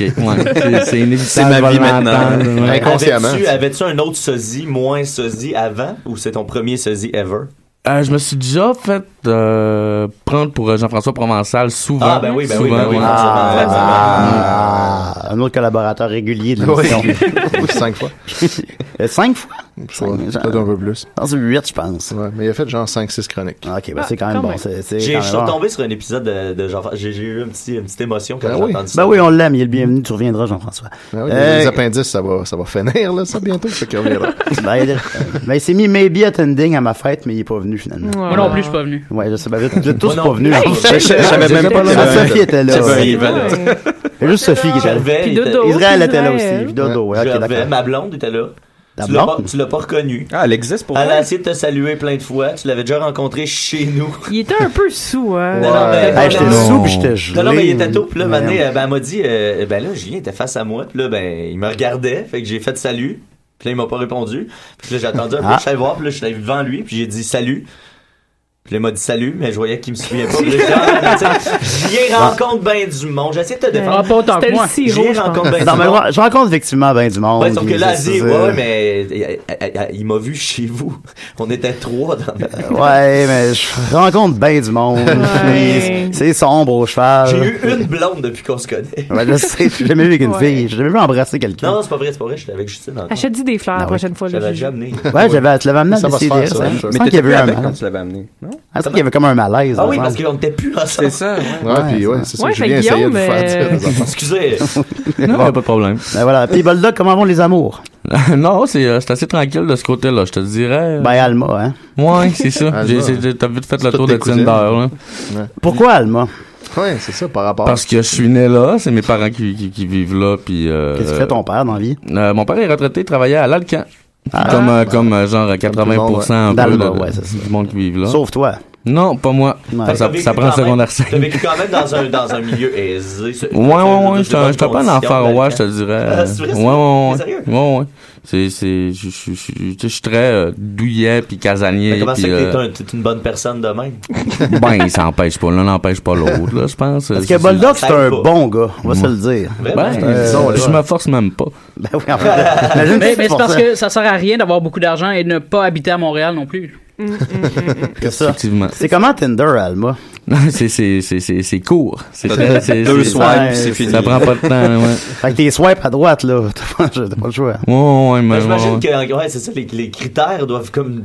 ouais, c'est- c'est inévitable. je vais l'entendre, ouais.
Avais-tu avais-tu un autre sosie, moins sosie avant, ou c'est ton premier sosie ever?
Euh, je me suis déjà fait euh, prendre pour euh, Jean-François Provençal souvent.
Ah, ben oui, ben oui,
souvent,
ben oui,
ouais.
forcément,
Ouais.
Ah, un autre collaborateur régulier de l'émission.
Cinq fois.
Euh, Cinq fois? Cinq-
Peut-être un peu plus.
Non, c'est huit, je pense.
Ouais, mais il a fait genre 5-6 chroniques.
Ok, ben c'est quand même bon. c'est- c'est
J'ai-
quand
Je
même
suis
bon.
tombé sur un épisode de, de Jean-François. J'ai j'ai eu un petit, une petite émotion quand
Ben
j'ai
oui.
entendu ça.
Ben oui, on l'aime, il est le bienvenu, tu reviendras, Jean-François.
Ah oui,
Euh,
Les appendices, ça va, ça va finir, là, ça, bientôt. Fait qu'il reviendra.
ben, il, ben, il s'est mis maybe attending à ma fête, mais il est pas venu finalement.
Moi non plus, je suis pas venu.
Ouais, je sais, ben, vous êtes vous êtes tous
Moi non
pas venus.
plus.
en
Je- je-
fait.
je savais
J'étais
même pas
là.
qu'il y avait-
Sophie était là.
C'est pas un
ouais.
event.
Il y a juste Sophie qui était là.
Gervais, il était-
Israël était là aussi. Puis Dodo, ouais, ok,
Gervais,
d'accord.
ma blonde était là.
Ta
Tu l'as, pas,
blonde?
tu l'as pas reconnue.
Ah, elle existe pour
Elle a essayé de te saluer plein de fois. Tu l'avais déjà rencontrée chez nous.
Il était un peu sous, hein.
Non, non, mais-
Hey, j'étais
non, non.
sous, puis j'étais gelé.
Non, non, mais il était tôt. Puis là,
Ouais.
Mané, euh, ben, elle m'a dit, euh, ben là, Julien était face à moi. Puis là, ben, il me regardait. Fait que j'ai fait salut. Puis là, il m'a pas répondu. Puis là, j'ai attendu un peu.
Ah.
Je suis allé voir. Puis là, je suis allé devant lui. Puis j'ai dit salut. Puis là, il m'a dit salut, mais je voyais qu'il me suivait pas. Puis là, j'ai dit, Ah, mais tu sais, Julien rencontre ben du monde. J'essaie de te défendre.
Ah, pas autant que
C'était
moi.
le sirop, Julien
je pense.
rencontre ben
Non,
du
mais
monde.
moi, je rencontre effectivement ben du monde.
Ouais, sauf que
puis
là, elle
c'est-
dit,
c'est-
ouais, ouais, mais euh, euh, euh, euh, il m'a vu chez vous. On était trois dans la...
Ouais, mais je rencontre ben du monde.
Ouais.
C'est- C'est sombre au
Ah,
cheval.
J'ai eu une blonde depuis qu'on se connaît.
Ouais, je sais, j'ai jamais vu avec une fille. J'ai jamais vu embrasser quelqu'un.
Non, c'est pas vrai, c'est pas vrai, j'étais avec Justine
Ah,
encore.
Achète-y des fleurs la prochaine fois.
Je
là,
l'avais
Juju.
déjà amené.
Ouais, j'avais, tu l'avais amené à
Ça va se faire, ça,
décider. ça.
ouais.
Je
Mais
sens qu'il y avait
plus
un
avec
malaise. Ah,
quand tu l'avais amené. Non?
Je sens qu'il y avait comme un malaise.
Ah oui,
ensemble.
parce qu'on n'était plus ensemble.
C'est ça, ouais.
Ouais, puis ouais, c'est ça.
Ouais,
Julien
fait
essayait de
Guillaume,
faire
euh,
dire des affaires.
Excusez.
Non, y a pas de problème.
Ben voilà. Puis Boldoc, comment vont les amours?
non, c'est euh, c'est assez tranquille de ce côté-là, je te dirais.
Ben Alma, hein.
Ouais, c'est ça.
Alma,
J'ai- j'ai-
hein.
j'ai- T'as vite fait
C'est
le tour
toutes
de
tes cousines.
Tinder, là.
Pourquoi Alma?
Ouais, c'est ça, par rapport.
Parce que je suis né là, c'est mes parents qui, qui, qui vivent là, puis... euh,
Qu'est-ce que fait ton père dans la vie?
euh, mon père est retraité, il travaillait à
Ah.
l'Alcan. comme, euh, comme euh, genre 80%
monde, ouais.
un peu
D'Alma,
de-
ouais, c'est ça.
du monde qui vivent là.
Sauf toi.
Non, pas moi.
Fait que
Ça,
t'as vécu
ça prend
quand même-
secondaire 5.
T'as vécu quand même dans un, dans un milieu aisé.
Ouais, ouais, ouais, j'étais un- j'étais pas un enfant roi, je te dirais.
Ah, c'est vrai,
Ouais,
c'est-
ouais,
t'es
ouais. Ouais, ouais. C'est, c'est, je je- je- je- je suis très euh, douillet puis casanier.
Mais comment ça
puis,
que t'es
euh,
un- t'es une bonne personne de même?
Ben, il s'empêche pas. L'un n'empêche pas l'autre, là, je pense. Euh,
Parce que Bulldog, c'est un bon gars,
on va se le dire. Euh,
Ben,
Vraiment, c'est un
disons,
bon
je
gars.
me force même pas. Ben oui, en
Mais, mais c'est parce que ça sert à rien d'avoir beaucoup d'argent et de ne pas habiter à Montréal non plus.
C'est ça.
Effectivement.
C'est comment Tinder, Alma?
c'est, c'est, c'est, c'est, c'est court. C'est
T'as
très- c'est-
deux
c'est-
swipes,
ouais,
c'est fini.
Ça prend pas de temps, là, ouais.
Fait que tes swipes à droite, là, t'as pas, t'as pas le choix.
Ouais, ouais, ouais, mais-
Ben, J'imagine
ouais.
que ouais, c'est ça, les, les critères doivent comme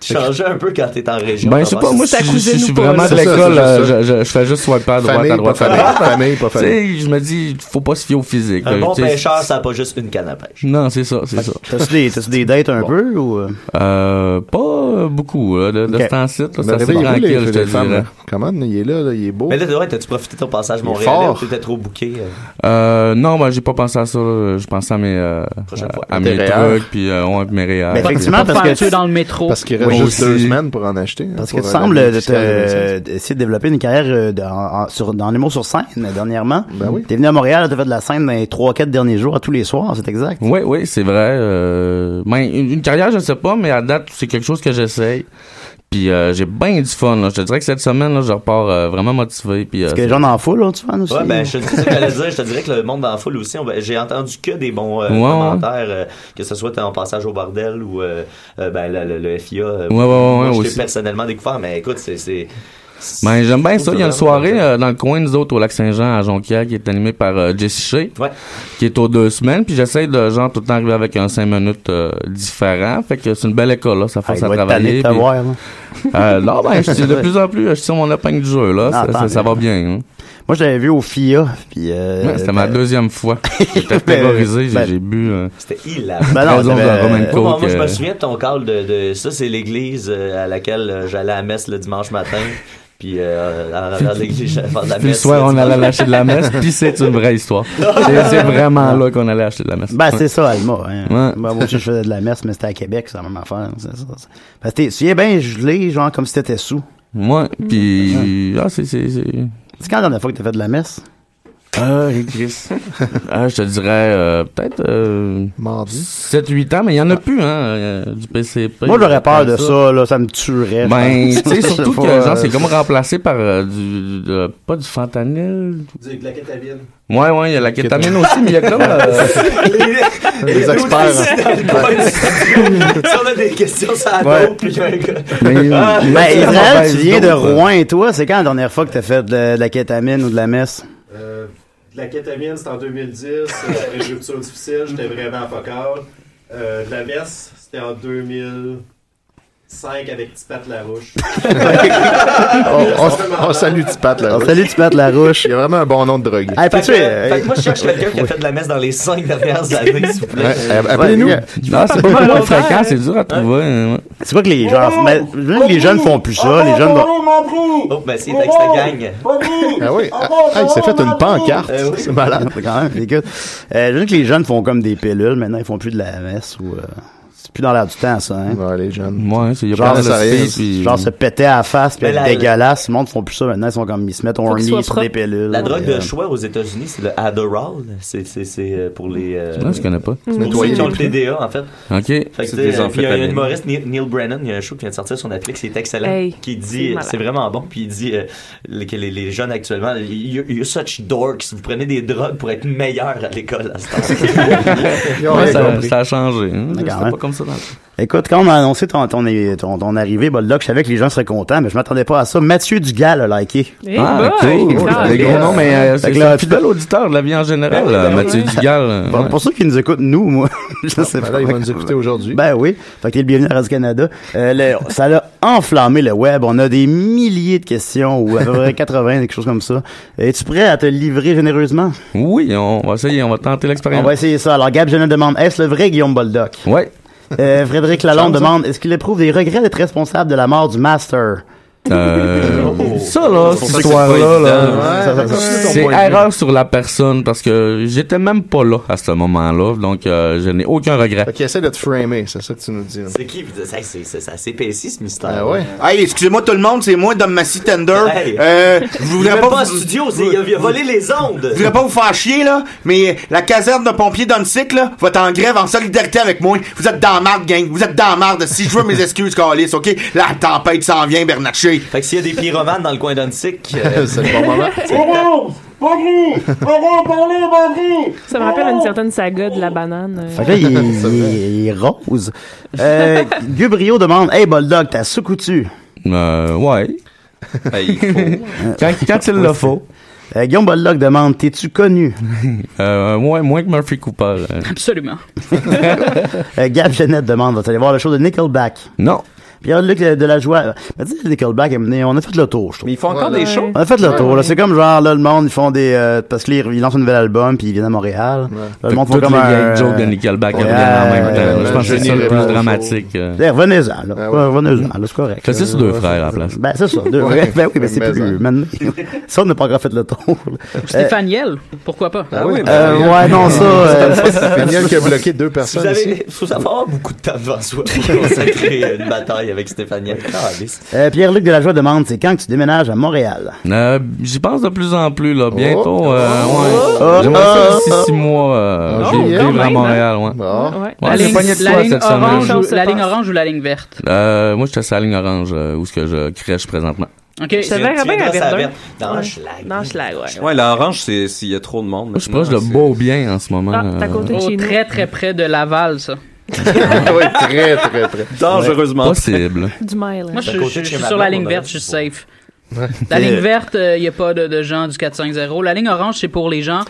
changer un peu quand t'es en région.
Ben, je sais pas, moi, je
C'est
suis-
ta
je suis
cousine ou pas,
vraiment
là.
de
C'est ça,
l'école,
c'est
euh,
juste ça.
je je- je fais juste swiper à droite,
Famille,
à droite,
pas
à droite.
famille. Famille, pas famille.
Tu sais, je me dis, faut pas se fier au physique.
Un
là,
bon
tu sais.
pêcheur, ça n'a pas juste une canne à pêche.
Non, c'est ça, c'est ça.
T'as-tu des, t'as-tu des dates un peu ou. euh?
Euh, pas beaucoup, là, de, de
Ok.
ce temps-ci, là,
Mais
ça c'est
réveillez-vous,
tranquille,
les-
je te
les femmes,
dirais.
là.
Comment? Il est là, là, il est beau.
Mais là, ouais, t'as-tu profité de ton passage
Il est
Montréal?
fort.
T'étais trop bouqué. euh.
Euh, non, ben, j'ai pas pensé à ça, là. Je pensais à mes, euh, à mes
Tes
trucs, puis, euh, ouais, mes réels.
Mais Ben, effectivement, parce que.
Parce qu'il reste
Oui,
juste
aussi.
deux semaines pour en acheter. hein,
Parce que
pour,
tu
euh,
sembles
la
euh,
vie
te-
fiscale de
euh, essayer de développer une carrière euh, dans, en- sur, dans l'humour sur scène euh, dernièrement.
Ben oui.
T'es venu à Montréal, t'as fait de la scène dans les 3-4 derniers jours, à tous les soirs, c'est exact.
Oui, oui, c'est vrai. Euh, ben, une, une carrière, je sais pas, mais à date, c'est quelque chose que j'essaye. Puis euh, j'ai bien du fun. Là. Je te dirais que cette semaine, là, je repars euh, vraiment motivé. Puis, euh,
Parce que les gens en foule, là, tu vois, nous
Ouais, ben, je, c'est ça que j'allais dire, je te dirais que le monde dans la foule aussi, on- ben, j'ai entendu que des bons euh,
Ouais, ouais.
commentaires, euh, que ce soit ton passage au bordel ou euh, euh, ben, le, le- le FIA. euh,
Ouais, ouais, ouais,
moi,
ouais,
je l'ai
aussi.
personnellement découvert, mais écoute, c'est. c'est
ben, j'aime bien ça. Il y a une soirée euh, dans le coin, nous autres, au Lac-Saint-Jean, à Jonquière, qui est animée par euh, Jesse Shea, qui est aux deux semaines. Puis j'essaie de, genre, tout le temps arriver avec un cinq minutes euh, différent. Fait que c'est une belle école, là. Ça force
Ah, il
à
doit être
travailler.
tanné de te
puis-
voir, là.
Euh, non, ben, je suis de plus en plus, je suis sur mon épingle du jeu, là.
Ah,
ça,
tant
ça- ça
mieux.
va bien, hein.
Moi, je l'avais vu au FIA, puis. Euh,
Ouais, c'était ma
ben-
deuxième fois. J'étais terrorisé, j'ai-
ben-
j'ai bu. euh,
C'était hilarant.
Bah
Ben non, Raison de la t'avais- Roman
Ouais,
Coke,
moi, moi, je
euh,
me souviens de ton call de, de- ça, c'est l'église euh, à laquelle euh, j'allais à messe le dimanche matin. Puis euh, en arrière de l'église, j'allais faire de la
Puis le
messe.
soir, on
dimanche
allait
matin.
lâcher de la messe, puis c'est une vraie histoire. C'est c'est vraiment là qu'on allait acheter de la messe.
Ben,
Ouais.
c'est ça, Alma. hein.
Ouais.
Ben, moi aussi, je faisais de la messe, mais c'était à Québec, c'est la même affaire. c'est ça, c'est- Parce que t'es- tu es bien gelé, genre, comme si t'étais sous.
Ouais,
Mm-hmm.
puis. Ah, c'est. C'est c'est-
C'est quand la dernière fois que t'as fait de la messe?
Ah, Chris. Ah, je te dirais euh, peut-être. Euh,
Mardi.
7-8 ans, mais il n'y en a plus, hein, euh, du PCP.
Moi, j'aurais peur de
Comme
ça, là, ça me tuerait. je
Ben,
pense.
tu sais, surtout
Faut,
que,
euh,
genre, c'est comme remplacé par euh, du. du- de- pas du fentanyl.
Du- de la kétamine.
Ouais, ouais, il y a la kétamine aussi, mais il y a comme. euh,
Les
experts. hein.
si on a des questions, ça a
Ouais.
d'autres, puis il y a un gars.
Ben,
Ah,
Israël, tu viens de
d'autres.
Rouen, toi, c'est quand la dernière fois que t'as fait de, de la kétamine ou de la messe?
Euh, de la kétamine, c'était en 2010. euh, J'avais une rupture difficile, j'étais vraiment focal. Euh, de la messe, c'était en 2005 avec Petit Pat Larouche.
On, on- on salue Tipat Larouche.
On salue Tipat Larouche.
Il y a vraiment un bon nom de drogue. Ah
Hey,
Fait que, euh, fait que moi, je cherche quelqu'un qui a fait de la messe dans les cinq dernières années, s'il vous plaît.
Ouais, euh, appelez-nous.
Ouais,
Non, Ah, c'est pas vraiment fréquent, c'est dur à trouver. hein, ouais.
C'est quoi que les gens. mais même que les jeunes font plus ça, les jeunes. vont-
Oh, ben, c'est avec cette gang.
Ah oui, ah, ah, il s'est fait une
ah,
pancarte. C'est malade.
C'est quand même, écoute. Euh, je sais que les jeunes font comme des pilules, maintenant ils font plus de la messe ou. euh, c'est plus dans l'air du temps, ça, hein.
Ouais, les jeunes.
Ouais, c'est- il y a
Genre,
pas
se-
mal de filles, puis-
genre se péter à la face, puis
Mais
être
la-
dégueulasse. Le monde font plus ça maintenant, ils sont comme, ils se mettent
Faut qu'il soit
horny sur des
propre.
pilules.
La drogue de
Euh,
choix aux États-Unis, c'est le Adderall. C'est c'est- c'est, euh, pour les. euh,
Non, je connais pas.
C'est
Mm.
pour ceux qui ont le
Nettoyer les
TDA, en fait.
Ok.
Fait que,
C'est
tu sais,
des
euh, puis Il y a un
amphétamines.
humoriste, Neil, Neil Brennan, il y a un show qui vient de sortir sur Netflix, c'est excellent.
Hey,
qui
c'est
dit, euh,
malade.
c'est vraiment bon, puis il dit euh, le- que les, les jeunes actuellement, you're, you're such dorks, vous prenez des drogues pour être meilleurs à l'école à ce temps
Ouais, ça, ça a changé. hein. C'était
quand même.
pas comme ça dans le
Écoute, quand on a annoncé ton, ton, ton, ton arrivée, Boldock, je savais que les gens seraient contents, mais je m'attendais pas à ça. Mathieu Dugal a liké.
Eh Ah, boy, cool. cool. Les gros noms, mais, euh, c'est un fidèle auditeur de la vie en général, euh, Mathieu Dugal. euh,
Pour,
ouais.
pour ceux qui nous écoutent, nous, moi, je sais
ben
pas.
là, il va nous écouter
aujourd'hui. Ben oui. Fait que t'es le bienvenu à Radio-Canada. Euh, le- ça l'a enflammé le web. On a des milliers de questions, ou à peu près 80, quelque chose comme ça. Es-tu prêt à te livrer généreusement?
Oui, on va essayer, on va tenter l'expérience.
On va essayer ça. Alors, Gab Genet demande, est-ce le vrai Guillaume Euh, Boldock?
Ouais.
Frédéric Lalonde demande, est-ce qu'il éprouve des regrets d'être responsable de la mort du Master?
Euh,
Ça, là,
c'est pour ça que
cette
c'est pas
histoire-là, là,
évident.
ça- ça- ça-
c'est
ton point de vue.
erreur sur la personne parce que j'étais même pas là à ce moment-là, donc euh, je n'ai aucun regret.
Fait qu'il essaie de te framer, c'est ça que tu nous dis. là.
C'est qui? puis Ça, c'est, c'est, ça s'épaissit, ce mystère.
Ah ouais.
Hey, excusez-moi tout le monde, c'est moi, Dom Massy Tender.
Hey.
Euh, je
Il est
voudrais
même
pas.
pas en
vous-
studio, c'est- il a- il a volé les ondes.
Je voudrais pas vous faire chier, là, mais la caserne de pompiers Dunsick, là, va être en grève en solidarité avec moi. Vous êtes dans la marde, gang. Vous êtes dans la marde. Si je veux mes excuses, Calis, OK? La tempête s'en vient, Bernatchez.
Fait que s'il y a des pyromanes dans le coin euh, d'Antic,
C'est le bon moment.
Orange! Marie! Arrête, parlez, Marie!
Ça me rappelle une certaine saga de la banane. euh.
Fait que là, il, il- il est rose. Euh, Guy Brio demande Hey, Bulldog, t'as sous-coutu
Euh, ouais.
quand, il le faut. Euh, Guillaume Bollock demande T'es-tu connu
Euh, ouais, moins que Murphy Cooper. euh.
Absolument.
Euh, Gab Jeannette demande Vas-tu aller voir le show de Nickelback
Non.
Pierre-Luc euh, de la joie. Mais tu sais, Nickelback, à un moment donné, on a fait le tour, je trouve. Mais ils
font encore Ouais. des shows?
On a fait le
Ouais,
tour.
ouais.
là. C'est comme genre, là, le monde, ils font des. euh, parce qu'ils ils lancent un nouvel album, puis ils viennent à Montréal. Là, le monde
Toutes
font comme
les
un.
vieilles jokes de Nickelback
Ouais,
reviennent en même
ouais,
temps.
ouais,
je pense que
ouais.
c'est ça le plus dramatique. euh.
Eh, Revenez-en, là. Revenez-en, là, c'est correct.
Fais ça sur deux
Euh,
frères à la place.
Ben, c'est ça, deux
Ouais.
frères. Ben oui, mais c'est
Mais
plus.
en.
maintenant. Ça, on n'a pas encore fait le tour. là.
Ou Stéphane Yell, pourquoi pas?
Ah oui, ben, Euh, Yell. ouais, non, ça, euh,
Daniel qui a bloqué deux
Si
personnes.
vous
ici.
avez, faut avoir beaucoup de temps devant soi pour consacrer une bataille avec Stéphanie.
Ah,
Calice.
Euh, euh, Pierre-Luc de la joie demande C'est quand que tu déménages à Montréal
Euh, J'y pense de plus en plus, là. Bientôt, euh,
Oh.
ouais. J'aimerais ça
Oh.
d'ici six mois euh,
Ah,
vivre-
Oh,
hein,
quand
vivre à
même,
Montréal, ouais.
hein. Ouais.
Ouais,
La
j'ai
ligne,
pogné de
la
quoi
ligne
cette
orange,
semaine?
ou, la ligne orange ou la ligne verte?
Euh, moi, j'étais sur la ligne orange, euh, où ce que je crèche présentement.
Ok.
Je te
Tu-
verrais
tu
bien
viendras
à
sur la
Verdun.
verte.
Dans
Ouais.
Schlag.
Dans Schlag, ouais.
Ouais, l'orange, c'est s'il y a trop de monde.
Moi, je suis proche
Ah,
de Beaubien en ce moment. euh,
Oh, très très près de Laval, ça.
oui, très, très, très. Hein,
Dangereusement.
Possible.
Du mile.
Moi, je,
D'un
je-
côté
je
de chez
suis
ma
sur la
blonde,
ligne
on
verte,
a
je suis safe. La ligne verte, il n'y a pas de, de gens du 450. La ligne orange, c'est pour les gens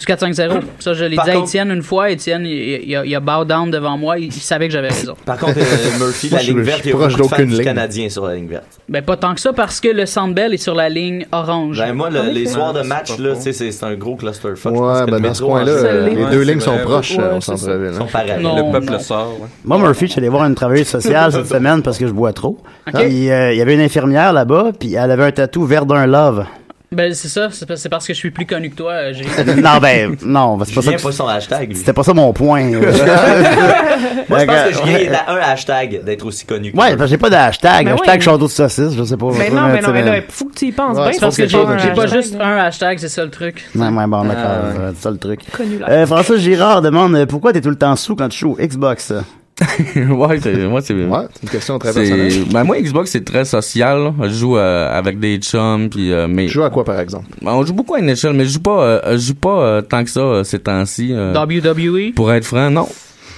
du 450. Ça, je l'ai
Par
dit à
contre-
Étienne une fois. Étienne, il, il a- il a bow down devant moi. Il, il savait que j'avais raison.
Par contre, euh, Murphy,
Moi,
la
je suis-
ligne
je
verte,
suis
il y a
proche
beaucoup de fans
d'aucune
du
ligne.
Canadien sur la ligne verte.
Ben, pas tant que ça, parce que le Centre Bell est sur la ligne orange.
Ben, moi, le-
En
les
effet.
soirs de match, là, tu sais, c'est c'est un gros clusterfuck.
Ouais,
Je pense que
ben,
le
dans
métro
ce coin-là,
en-
euh, les
Ouais,
deux
c'est
lignes sont
vrai,
proches,
ouais,
euh, au
c'est ça.
centre-ville, hein.
Sont parallèles.
Non,
le peuple
non.
sort. ouais.
Moi, Murphy, je suis allé voir une travailleuse sociale cette semaine parce que je bois trop.
Ok.
Puis, euh, Il y avait une infirmière là-bas, puis elle avait un tatou Verdun Love.
Ben, c'est ça. C'est parce- c'est parce que je suis plus connu que toi. euh, J'ai...
non, ben, non, c'est pas ça.
Julien
que-
pas son hashtag, lui.
C'était pas ça mon point.
Moi, je pense que Julien
Ouais.
est à un hashtag d'être aussi connu que
Ouais, parce que j'ai pas de hashtag.
Mais
hashtag
ouais.
château de saucisse, je sais pas.
Mais
Je sais
Ben non,
pas,
mais non,
tu sais,
mais là, faut que tu y penses
Ouais,
bien.
c'est
parce que
que
j'ai,
j'ai pas
j'ai
un
pas
hashtag,
juste un hashtag, c'est ça le truc.
Ouais, ouais, bon, d'accord,
Ah,
euh, c'est ça le truc.
Connu, là.
Euh, François Girard demande euh, pourquoi t'es tout le temps sous quand tu joues au Xbox.
ouais, c'est, moi, c'est,
c'est une question très
c'est-
personnelle.
ben, moi, Xbox, c'est très social. là. Je joue euh, avec des chums. Puis, euh, mais... Ben,
Tu joues à quoi, par exemple?
on joue beaucoup à NHL, mais je joue pas, euh, je joue pas euh, tant que ça euh, ces temps-ci. euh,
E. WWE.
Pour être franc, non.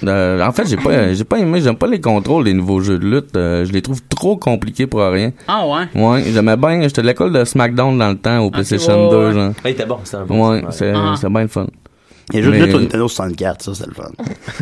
Euh, en fait, j'ai pas, j'ai pas aimé, j'aime pas les contrôles des nouveaux jeux de lutte. Euh, je les trouve trop compliqués pour rien.
Ah ouais.
Ouais, j'aimais bien. J'étais de l'école de SmackDown dans le temps au PlayStation
Ah, ouais,
2.
ouais.
Genre.
Ouais, Ah, il était bon, c'était un bon
Ouais,
Smackdown.
c'est,
Ah.
c'est bien le fun.
Il y a juste
Mais- euh,
deux sur Nintendo 64, ça, c'est le fun.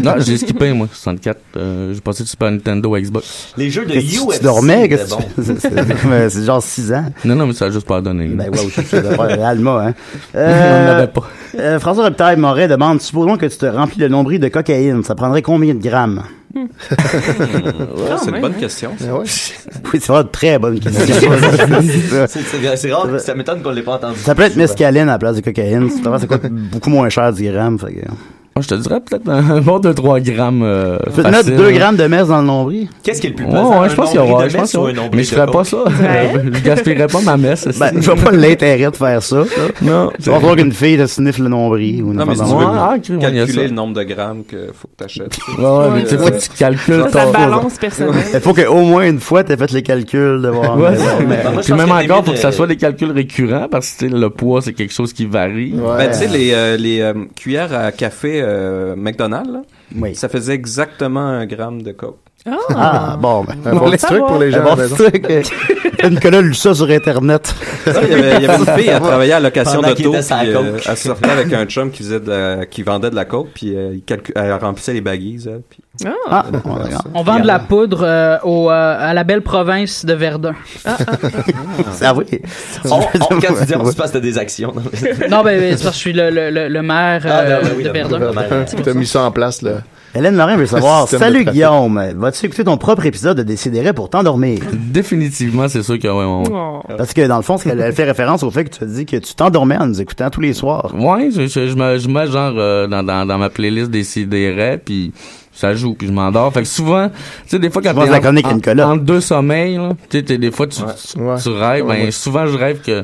Non, j'ai skippé, moi, 64. Euh, j'ai passé de Super Nintendo à Xbox.
Les jeux de
Qu'est-ce que tu-
UFC.
Tu dormais,
c'était
qu'est-ce que
bon.
tu faisais? C'est comme, euh, c'est genre 6 ans.
Non, non, mais ça a juste pas donné.
Ben ouais, aussi, c'est de- ouais, Alma, hein.
Mmh. On en avait pas.
euh, François Reptail Moret demande supposons que tu te remplis le nombril de cocaïne, ça prendrait combien de grammes
Mmh.
Ah,
Ah, Ouais, c'est une bonne question.
Ben
ça.
Oui, c'est une très bonne question.
C'est- c'est- C'est rare, ça m'étonne qu'on l'ait pas entendu.
ça peut être mescaline à la place de cocaïne. C'est vraiment, ça coûte beaucoup moins cher 10 grammes. Fait que...
Moi, je te dirais peut-être un bon 2-3 grammes. Euh,
Tu peux te mettre
facile.
2 grammes de messe dans le nombril
Qu'est-ce qui est le plus
Ouais,
pesant?
ouais, je pense qu'il y aura. Je pense qu'il y aura. Mais je ferais pas ça. je gaspillerais pas ma messe.
Ben, je vois pas l'intérêt de faire ça.
Non.
Tu vas voir qu'une fille te sniffe le nombril. Ou une
Non, mais
affaire
si
dans
tu
le genre.
veux
il y a
calculer
ça.
le nombre de grammes qu'il faut que t'achètes.
Ouais, ouais, mais tu
Euh,
faut que tu calcules
Ça,
ton.
ça balance personnelle.
Il faut qu'au moins une fois, t'aies fait les calculs de voir.
Ouais, Bah,
Mais bon,
c'est-
mais-
Puis même encore, faut que ça soit des euh, calculs récurrents parce que tu sais, le poids, c'est quelque chose qui varie.
Ben, tu sais, les, euh, les euh, cuillères à café euh, McDonald's, là, ça faisait exactement un gramme de coke.
Ah, bon. ben.
Un bon petit truc pour les gens
Un
à
bon
la maison.
truc. Euh, Nicolas a lu ça sur Internet.
Ça, Il y avait, il y avait une fille, elle travaillait à location
Pendant qu'il
d'auto,
était
puis
sur la
euh,
coke.
elle sortait avec un chum qui, faisait de la- qui vendait de la coke, puis euh, il calcu- elle remplissait les baguises. elle, puis-
Ah.
ben,
On vend de la poudre euh, au, euh, à la belle province de Verdun.
Ah oui.
On, on, quand tu dis on se passe, t'as des actions. Ah, ben
non, ben, ben, c'est parce que je suis le, le, le, le maire euh, de Verdun.
Tu as mis ça en place, là.
Hélène Morin veut savoir.
Système
Salut
de trafic.
Guillaume, vas-tu écouter ton propre épisode de Décideret pour t'endormir?
Définitivement, c'est sûr que ouais, ouais, ouais.
Oh.
Parce que dans le fond, ce qu'elle- elle fait référence au fait que tu as dit que tu t'endormais en nous écoutant tous les soirs.
Ouais, je, je, je me, je mets genre euh, dans, dans, dans ma playlist des sidérés, puis ça joue, puis je m'endors. Fait que souvent, tu sais, des fois quand
Souvent,
t'es
la
en-
chronique
en- entre deux sommeils, là, tu sais, t'es- des fois tu, tu, tu rêves,
Ouais,
ben
ouais.
souvent je rêve que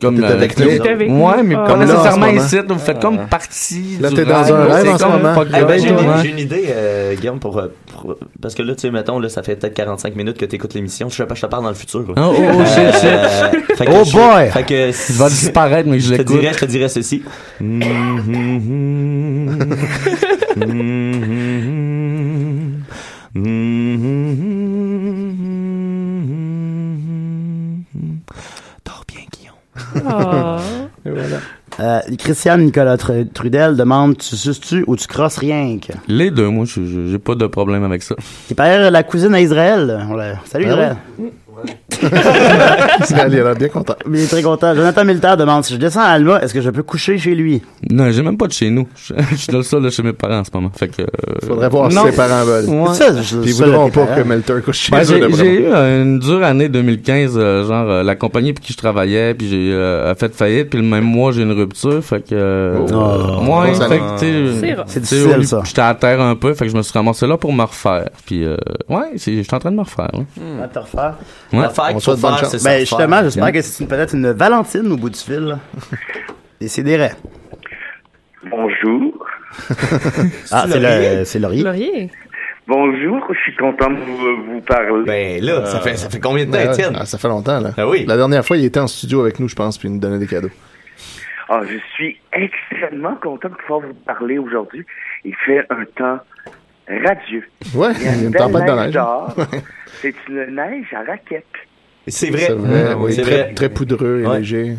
comme euh,
T'es avec nous. T'es avec nous.
ouais, mais
Ah.
pas
Là, en ce
nécessairement
moment.
ici, vous faites comme partie
Là,
du
t'es dans
rêve,
un
là,
rêve
c'est
en ce
comme
moment.
fuck
Eh ben, j'ai,
up,
une-
ouais.
j'ai une idée, euh, Guillaume, pour, euh, pour- Parce que là, tu sais, mettons, là, ça fait peut-être 45 minutes que tu écoutes l'émission. Je sais pas, je te parle dans le futur. là.
Oh, oh, oh, shit, shit.
fait que
Oh,
je-
boy.
Fait que,
Il va disparaître, mais je
je te
l'écoute.
dirais, je te dirais ceci.
Oh.
Ah.
Et voilà. Euh, Christiane Nicolas Tru- Trudel demande Tu suces-tu ou tu crosses rien que
Les deux, moi, je- je- j'ai pas de problème avec ça.
Qui perd la cousine à Israël. On la- Salut
Ah
Israël.
Israël, il a l'air bien content.
Il est très content. Jonathan Milter demande Si je descends à Alma, est-ce que je peux coucher chez lui
Non, j'ai même pas de chez nous. Je, je suis dans le sol de chez mes parents en ce moment. Fait que. euh,
Faudrait voir si
non.
ses parents veulent.
Ouais.
Ça, je- Puis ils ça, voudront là, tes pas parents. que Melter couche chez eux,
Ben, j'ai-
là,
J'ai eu
vraiment.
euh, une dure année 2015, euh, genre euh, la compagnie pour qui je travaillais, puis j'ai euh, a fait faillite, puis le même mois j'ai une rupture, fait que. euh,
Oh.
ouais,
Ça-
fait que, tu sais,
C'est rough.
tu
C'est
sais,
difficile,
au lieu-
ça.
J'étais à terre un peu, fait que je me suis ramassé là pour me refaire. Puis euh, ouais, c'est- j'étais en train de me refaire. là.
À te refaire.
Ouais. L'affaire qu'il faut faire, c'est ça,
Ben,
faire.
justement, j'espère
Bien.
que c'est une- peut-être une Valentine au bout du fil. Décidérez.
Bonjour.
Ah, c'est
Laurier?
le- c'est Laurier.
Laurier.
Bonjour, je suis content de vous, vous parler.
Ben là, ça fait- ça fait combien de temps,
Ouais, ouais.
Étienne?
Euh, Ah, ça fait longtemps, là.
Ah oui.
La dernière fois, il était en studio avec nous, je pense, puis il nous donnait des cadeaux.
Ah, je suis extrêmement content de pouvoir vous parler aujourd'hui. Il fait un temps radieux.
Ouais,
Il y a
il y a une
belle
tempête de neige. hein.
dehors. C'est une neige à raquette.
C'est vrai.
C'est vrai,
Mmh,
oui,
c'est
très,
vrai.
très poudreux et léger.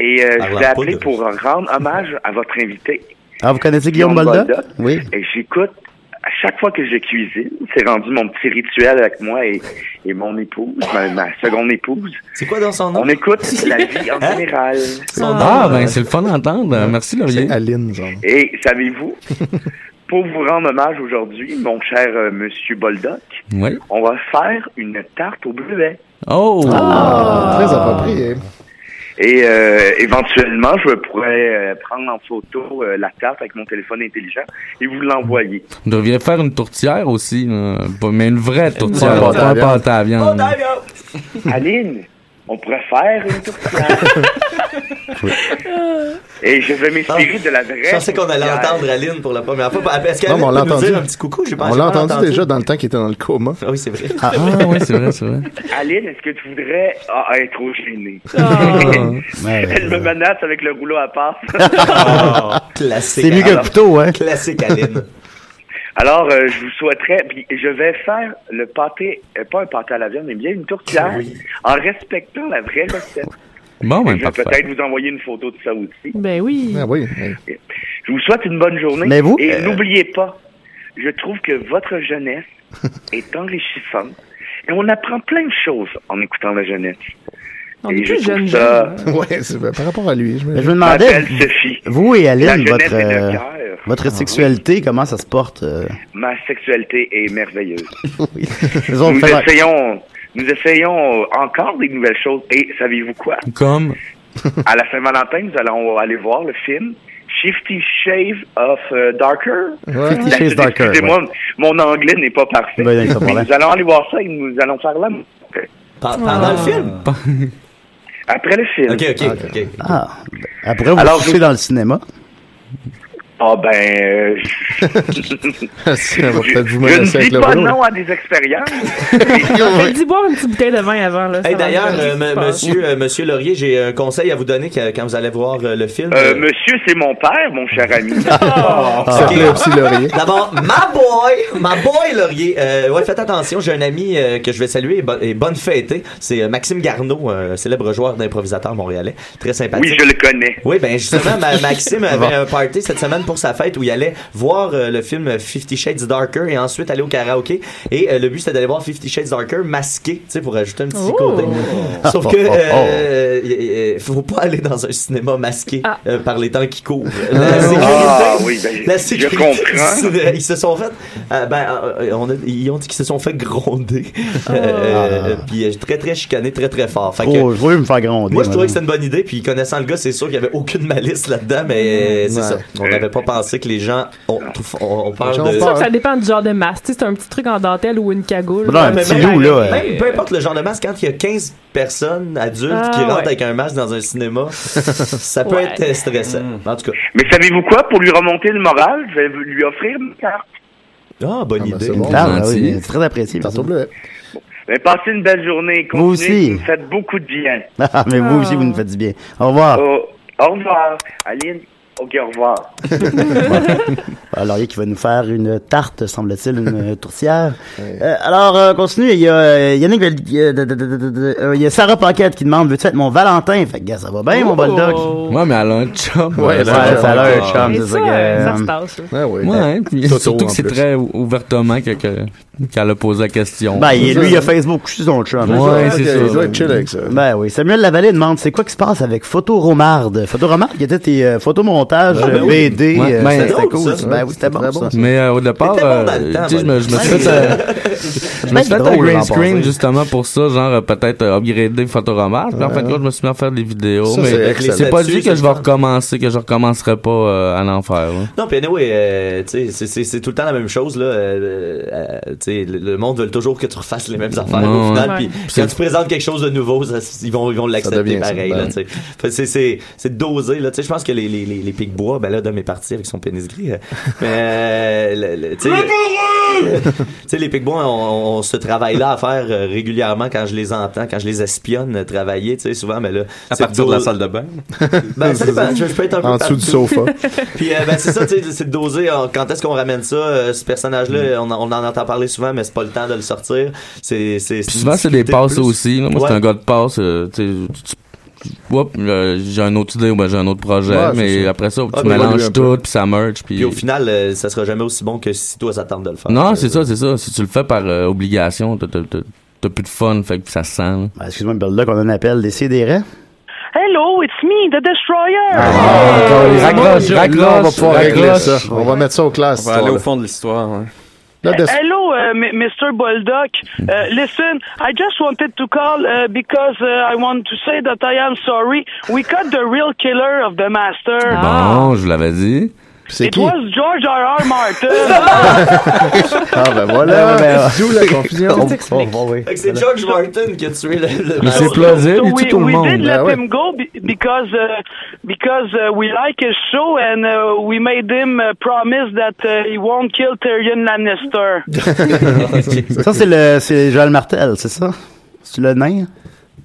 Et euh,
Ah,
je
la
l'ai appelé
poudre.
pour rendre hommage à votre invité.
Ah, vous connaissez Guillaume Bolda? Oui.
Et j'écoute à chaque fois que je cuisine. C'est rendu mon petit rituel avec moi et, et mon épouse, ma, ma seconde épouse.
C'est quoi dans son
nom? On écoute la vie en général.
Ah, ben c'est le fun d'entendre. Merci Laurier.
Aline, genre.
Et savez-vous, pour vous rendre hommage aujourd'hui, mon cher euh, Monsieur Boldoc,
Oui.
on va faire une tarte au bleuet.
Oh!
Très approprié.
Et euh, éventuellement, je pourrais euh, prendre en photo euh, la tarte avec mon téléphone intelligent et vous l'envoyer.
On devrait faire une tourtière aussi, là. Pas- mais une vraie tourtière.
vraie
pas
tourtière à
un
viande.
pâté à viande.
Aline, on pourrait faire une tourtière. Et je vais m'inspirer de la vraie.
Ah, Je pensais qu'on allait
tourtière.
entendre Aline pour la première fois. Est-ce qu'elle
Non, mais on
peut
l'a
nous
entendu.
dire un petit coucou? J'ai pas-
on
j'ai
l'a
pas
entendu déjà dans le temps qu'il était dans le coma.
Ah oui, c'est vrai.
Ah,
oui, c'est vrai, c'est vrai.
Aline, est-ce que tu voudrais ah, être trop gênée?
Ouais. Ah,
Elle me menace avec le rouleau à part. Oh,
classique.
C'est mieux que le
Alors-
couteau, hein?
Classique Aline.
Alors, euh, je vous souhaiterais, puis je vais faire le pâté, euh, pas un pâté à la viande, mais bien une
Ah
tourtière, en respectant la vraie recette.
Bon,
Et
ben
je vais
parfait.
peut-être vous envoyer une photo de ça aussi.
Ben oui.
Ah oui.
Je vous souhaite une bonne journée.
Mais vous,
Et
euh,
n'oubliez pas, je trouve que votre jeunesse est enrichissante et on apprend plein de choses en écoutant la jeunesse.
On
et
est
je
plus
trouve
jeune,
ça...
Ouais, c'est vrai, par rapport à lui. Je me,
Mais je me demandais,
Ma belle Sophie,
vous et
la
Aline,
jeunesse
votre,
est le
euh,
cœur.
votre
Ah,
sexualité, comment ça se porte? euh?
Ma sexualité est merveilleuse.
Ils ont
nous
fait-
essayons, nous essayons encore des nouvelles choses. Et savez-vous quoi?
Comme.
à la Saint-Valentin, nous allons aller voir le film Shifty Shave of euh, Darker.
Ouais. Fifty
La-
Shades Darker,
Excusez-moi, mon anglais n'est pas parfait.
Ben, y a pas de
Mais
problème.
nous allons aller voir ça et nous allons faire l'amour.
pendant le film?
Après le film.
Ok, ok, ok.
Ah, ben, elle pourrait vous
Alors,
coucher
je-
dans le cinéma.
Ah ben, euh, je-
elle va peut-être vous
je
menacer
ne
avec
dis
le
pas
rouleau.
non à des expériences.
Fait que dis boire une petite bouteille de vin avant. Là, ça
Hey,
va
D'ailleurs,
bien
euh,
se
m-
passer.
monsieur, euh, monsieur Laurier, j'ai un conseil à vous donner que- quand vous allez voir euh, le film.
Euh, monsieur, c'est mon père, mon cher ami.
Ah. Ok. D'abord, ma boy, ma boy Laurier. Euh, ouais, faites attention, j'ai un ami euh, que je vais saluer et, bo- et bonne fête. hein. C'est euh, Maxime Garneau, un célèbre joueur d'improvisateur montréalais. Très sympathique.
Oui, je le connais.
Oui, ben justement, ma- Maxime avait
Bon.
un party cette semaine pour sa fête où il allait voir euh, le film Fifty Shades Darker et ensuite aller au karaoké. Et euh, le but, c'était d'aller voir Fifty Shades Darker masqué, tu sais, pour ajouter un petit
Oh.
côté. Sauf que,
Oh, oh, oh.
euh, y- y- y- faut pas aller dans un cinéma masqué euh, par les temps qui courent. La sécurité,
Ah, oui, ben,
la
je
sécurité
comprends.
du ciné- ils se sont fait, euh, ben, euh, on a- ils ont dit qu'ils se sont fait gronder,
Ah.
Euh, puis euh, très très chicané, très très fort. Fait que,
Oh, je voulais me faire gronder.
moi, je trouvais que
madame.
c'était une bonne idée, puis connaissant le gars, c'est sûr qu'il n'y avait aucune malice là-dedans, mais c'est
Ouais.
ça. On n'avait pas pensé que les gens. On, on, on parle
C'est
de.
sûr que ça dépend du genre de masque. Tu sais, C'est un petit truc en dentelle ou une cagoule.
Ouais, mais même-
pareil.
euh,
même- peu importe le genre de masque, quand il y a 15 personnes adultes
Ah,
qui rentrent
ouais.
avec un masque dans un cinéma, ça peut
Ouais.
être stressant. Hmm. En tout cas.
Mais savez-vous quoi? Pour lui remonter le moral, je vais lui offrir une carte.
Ah, bonne idée.
Une table, ah oui, très apprécié. par ça.
Mais Ben, passez une belle journée. Continuez,
Vous aussi.
Vous me faites beaucoup de bien.
Ah, mais vous aussi, vous nous faites du bien. Au revoir.
Oh, au revoir. Aline, OK, au revoir.
Alors, il y a qui va nous faire une tarte, semble-t-il, une tourtière. Euh, alors, euh, continue. Il y a euh, Yannick Vel- euh, de- de- de- de- de- de- euh, Il y a Sarah Paquette qui demande Veux-tu être mon Valentin Fait que, gars, ça va bien, mon
Oh.
Boldoc.
Ouais, mais elle a un chum.
Ouais, elle a un chum. Ouais. Mais ça, ça se
passe, ça.
Ouais, ouais.
Ben,
puis
Toto,
surtout
en
que c'est
plus.
très ou- ouvertement que- que- qu'elle a posé la question.
Ben, il- lui, il a Facebook, je suis son chum.
Ouais, c'est ça. Il doit être chill avec
ça. Ben oui. Samuel Lavallée demande c'est quoi qui se passe avec Photo Romarde Photo Romarde, il était tes euh, photomontages,
Ben, ben oui.
BD.
Ouais,
euh,
ben,
c'était
drôle,
cool.
ça.
Ben oui, c'était bon, ça.
Mais euh, au départ, euh, tu sais, je me je me suis fait, euh,
Ben,
je me suis fait un green screen justement pour ça, genre euh, peut-être euh, upgrader Photoromage. Puis en fait,
Ouais.
là, je me suis mis à faire des vidéos.
Ça, c'est
mais
excellent.
c'est pas
Là-dessus,
dit
c'est
que je vais recommencer, que je recommencerai pas euh, à l'enfer. là.
Non, puis anyway, euh, tu sais, c'est- c'est c'est tout le temps la même chose. Là, euh, euh, tu sais, le, le monde veut toujours que tu refasses les mêmes affaires
Ouais,
au final.
ouais.
Puis
Ouais.
quand tu présentes quelque chose de nouveau, ça- ils vont ils vont l'accepter
devient ça,
pareil.
ben.
là, tu sais. Fait que c'est- C'est c'est dosé. là, tu sais, Je pense que les, les, les, les pics-bois, ben là, Dom est parti avec son pénis gris. euh, mais euh, le- le- tu sais, tu sais, les Pigbois, on, on se travaille là à faire euh, régulièrement quand je les entends, quand je les espionne euh, travailler, tu sais, souvent, mais là.
À
c'est
partir de la
dos-
salle de bain.
Ben, ça dépend, je, je peux être un peu
En dessous du
partout.
sofa.
Puis, euh, ben, c'est ça, tu sais, c'est de doser. euh, Quand est-ce qu'on ramène ça, euh, ce
Mm.
personnage-là, on, en- on en entend parler souvent, mais c'est pas le temps de le sortir. C'est, c'est,
Puis souvent, c'est des passes aussi. là. Moi,
Ouais.
c'est un gars de passe. euh, tu sais, tu- tu- Oups, euh, j'ai un autre idée ou ben, j'ai un autre projet,
Ouais, c'est
mais
ça.
après ça, tu
Ah, mais évolue un peu.
mélanges tout, puis ça merge, puis...
Puis au final, euh, ça sera jamais aussi bon que si toi, ça euh, tente de le faire.
Non, c'est ça, c'est ça. Si tu le fais par euh, obligation, t'as- t'as t'as- t'as plus de fun, fait que ça se sent. là.
Ben, Excuse-moi, Boldoc, on a un appel.
E?
Décidérez.
Hello, it's me, the Destroyer!
Ah. Euh,
Raccroche, Là, on va pouvoir régler
raccroche.
ça. On va mettre ça au classe.
On va aller au fond de l'histoire. hein. ouais.
Uh, Hello, uh, M- Mr. Boldock.
Hmm.
Uh, listen, I just wanted to call uh, because uh, I want to say that I am sorry. We caught the real killer of the master.
Ah.
Ah.
Bon, je vous l'avais dit.
It was George R.R. Martin.
Ah, ben voilà.
Ah,
Ouais, ouais, ouais.
D'où la confusion.
Tout
Fait que c'est George Martin qui a tué le. le
Il s'est plaisé,
so
lui,
we,
tout au
we
monde.
did let
Ben ouais.
him go be- because uh, because uh, we like his show and uh, we made him uh, promise that uh, he won't kill Tyrion Lannister.
Ça, c'est le, c'est Joël Martel, c'est ça? C'est le nain?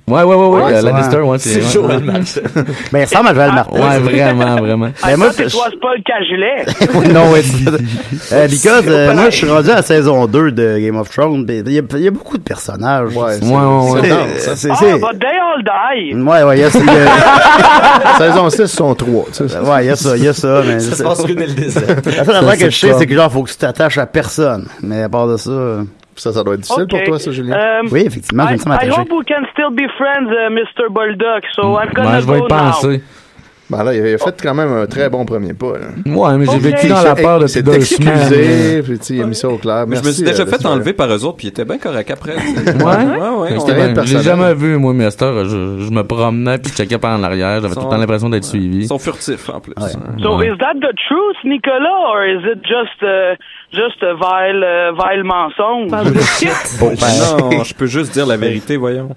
Ouais, ouais, ouais, ouais.
la
euh, Lannister, ouais, c'est- C'est Joël ouais.
Martel.
ben, il ressemble à Joël Martel.
Ouais, vraiment, vraiment.
Ben, moi,
It was Paul Cagelet.
Oui, non, oui. c'est- Euh, because, euh, moi, je suis rendu à la saison 2 de Game of Thrones. pis Il y, a- il y a beaucoup de personnages. Ouais,
c'est- ouais, ouais.
C'est, c'est,
Ah,
c'est-
but they all die.
Ouais, ouais, il y a ça. il y a-
Saison 6 sont 3.
Ouais, il y a ça, il y a ça. Mais
Ça se
c'est-
passe une et le désert.
La seule affaire que je sais, c'est que genre, faut que tu t'attaches à personne. Mais à part de ça. euh,
Ça, ça doit être difficile
pour Okay. toi, ça, Julien? Um,
oui, effectivement, j'aime ça
I
m'attacher.
hope we can still be friends, uh, Mr. Bolduck. So I'm gonna go now.
Ben là, il a fait quand même un très bon premier pas. Là.
Ouais, mais j'ai vécu dans la peur
de
depuis deux semaines.
Puis tu sais, il a mis ça au clair.
Mais je me suis
euh,
déjà fait enlever par eux autres, puis ils étaient bien corrects après.
Ouais, ouais,
on-
ouais. J'ai jamais vu, moi, Mister. Je, je me promenais puis je checkais par en arrière. J'avais tout le temps l'impression d'être suivi. Ils
sont furtifs, en plus.
So is that the truth, Nicolas, or is it just uh, just a vile uh, vile mensonge?
Bon, ben, non, je peux juste dire la vérité, voyons.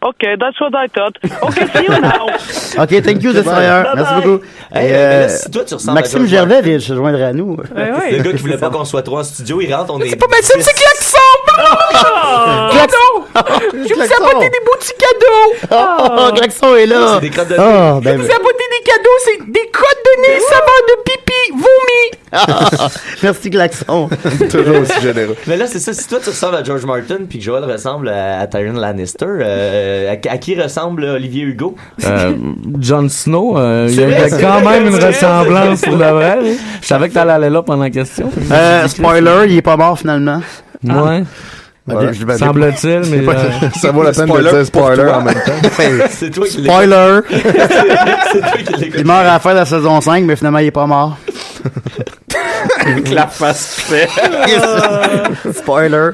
okay, that's what I thought. Okay, see you now.
OK, thank
Goodbye.
you, Destroyer.
Bye-bye.
Merci beaucoup.
Hey,
Et,
mais là,
euh,
si toi, tu ressembles à
Maxime
George
Gervais vient de se joindre à nous.
Ben
Le gars qui voulait pas qu'on soit trois en studio, il rentre, on est.
C'est pas Maxime, c'est qui
qui ressemble!
Klaxon!
Je vous ai apporté des petits cadeaux!
Oh, Klaxon est là!
C'est des crottes de nez.
Ah, ben,
Je vous ai apporté des cadeaux, c'est des crottes de nez, saveur de pipi, vomi!
Ah, Merci, Klaxon.
Toujours aussi généreux.
Mais là, c'est ça. Si toi, tu ressembles à George Martin puis que Joel ressemble à, à Tyrion Lannister, euh, à, à qui ressemble Olivier Hugo?
Euh, Jon Snow, euh, il y
C'est vrai,
avait
c'est
quand
vrai,
même une
c'est vrai,
ressemblance
c'est
pour de
vrai.
vrai. hein. Je savais que t'allais aller là pendant la question.
Euh, spoiler, il est pas mort finalement.
Ouais.
Ah,
Voilà.
je- ben,
Semble-t-il,
c'est
mais,
pas-
euh,
ça vaut la peine de
spoiler
dire
pour
spoiler
toi.
en même temps.
C'est toi qui l'ai-
Spoiler!
C'est toi qui l'ai-
il meurt à la fin de la saison 5, mais finalement, il est pas mort.
Avec la face faite.
Spoiler.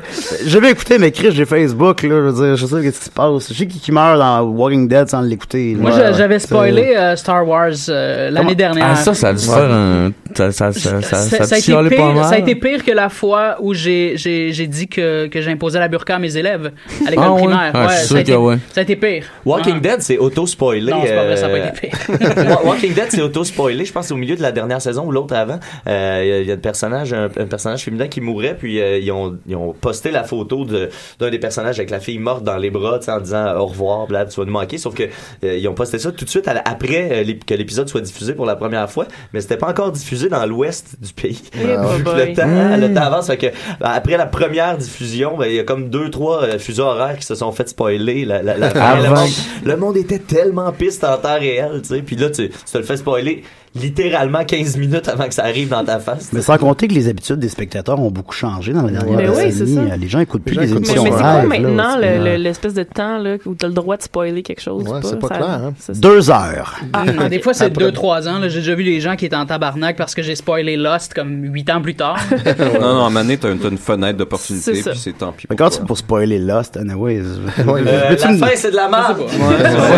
J'ai bien écouté mes cris, j'ai Facebook, là. Je veux dire, je sais qu'est-ce qui se passe. Je sais qui, qui meurt dans Walking Dead sans l'écouter. là.
Moi,
Ouais,
j'a- j'avais
ouais.
spoilé euh, Star Wars euh, l'année dernière.
Ah, ça, ça a dû
Ouais.
faire un. Ça, ça, ça,
Euh,
ça, ça
Ça, ça a
te
été
chialait pas
pire,
mal.
ça a été pire que la fois où j'ai, j'ai, j'ai dit que, que j'imposais la burqa à mes élèves à l'école
Ah ouais?
primaire.
Ah, je suis
ça,
sûr
a été,
que ouais.
ça a été pire.
Walking
Ouais.
Dead, c'est auto-spoilé.
Non, c'est pas vrai, ça va être
euh, Wa- Walking Dead, c'est auto-spoilé. Je pense que c'est au milieu de la dernière saison ou l'autre avant. Euh, Il y a- il y a, un personnage, un, un personnage féminin qui mourait, puis euh, ils, ont, ils ont posté la photo de- d'un des personnages avec la fille morte dans les bras, tu sais, en disant euh, au revoir, blab, tu vas nous manquer. Sauf que euh, ils ont posté ça tout de suite à la- après euh, l'ép- que l'épisode soit diffusé pour la première fois, mais c'était pas encore diffusé dans l'ouest du pays.
Eh, bah,
Vu que
boy.
le temps,
Mm.
Hmm.
le temps avance, fait que ben, après la première diffusion, ben, il y a comme deux trois euh, fuseaux horaires qui se sont fait spoiler la,
Ah,
la- la-
Avant.
le, monde, le monde était tellement piste en temps réel, tu sais. Puis là, tu, tu te le fais spoiler littéralement 15 minutes avant que ça arrive dans ta face.
Mais sans compter que les habitudes des spectateurs ont beaucoup changé dans les dernières
Mais oui, c'est
décennies.
ça.
Les gens écoutent plus
Mais,
les
mais c'est
émissions
quoi
live, là,
maintenant
c'est-
le- le- l'espèce de temps là, où t'as le droit de spoiler quelque chose? ou
c'est pas
Ça-
clair, hein.
ça-
Deux heures.
Ah, des fois, c'est
Après-
2-3 ans. là. J'ai déjà vu des gens qui étaient en tabarnak parce que j'ai spoilé Lost comme 8 ans plus tard.
Ah,
non, non, à un moment donné, t'as une, t'as une fenêtre d'opportunité,
C'est ça.
puis c'est tant pis.
Mais quand c'est pour spoiler Lost, anyways.
Euh,
Peux-tu me-
la fin, c'est de la merde.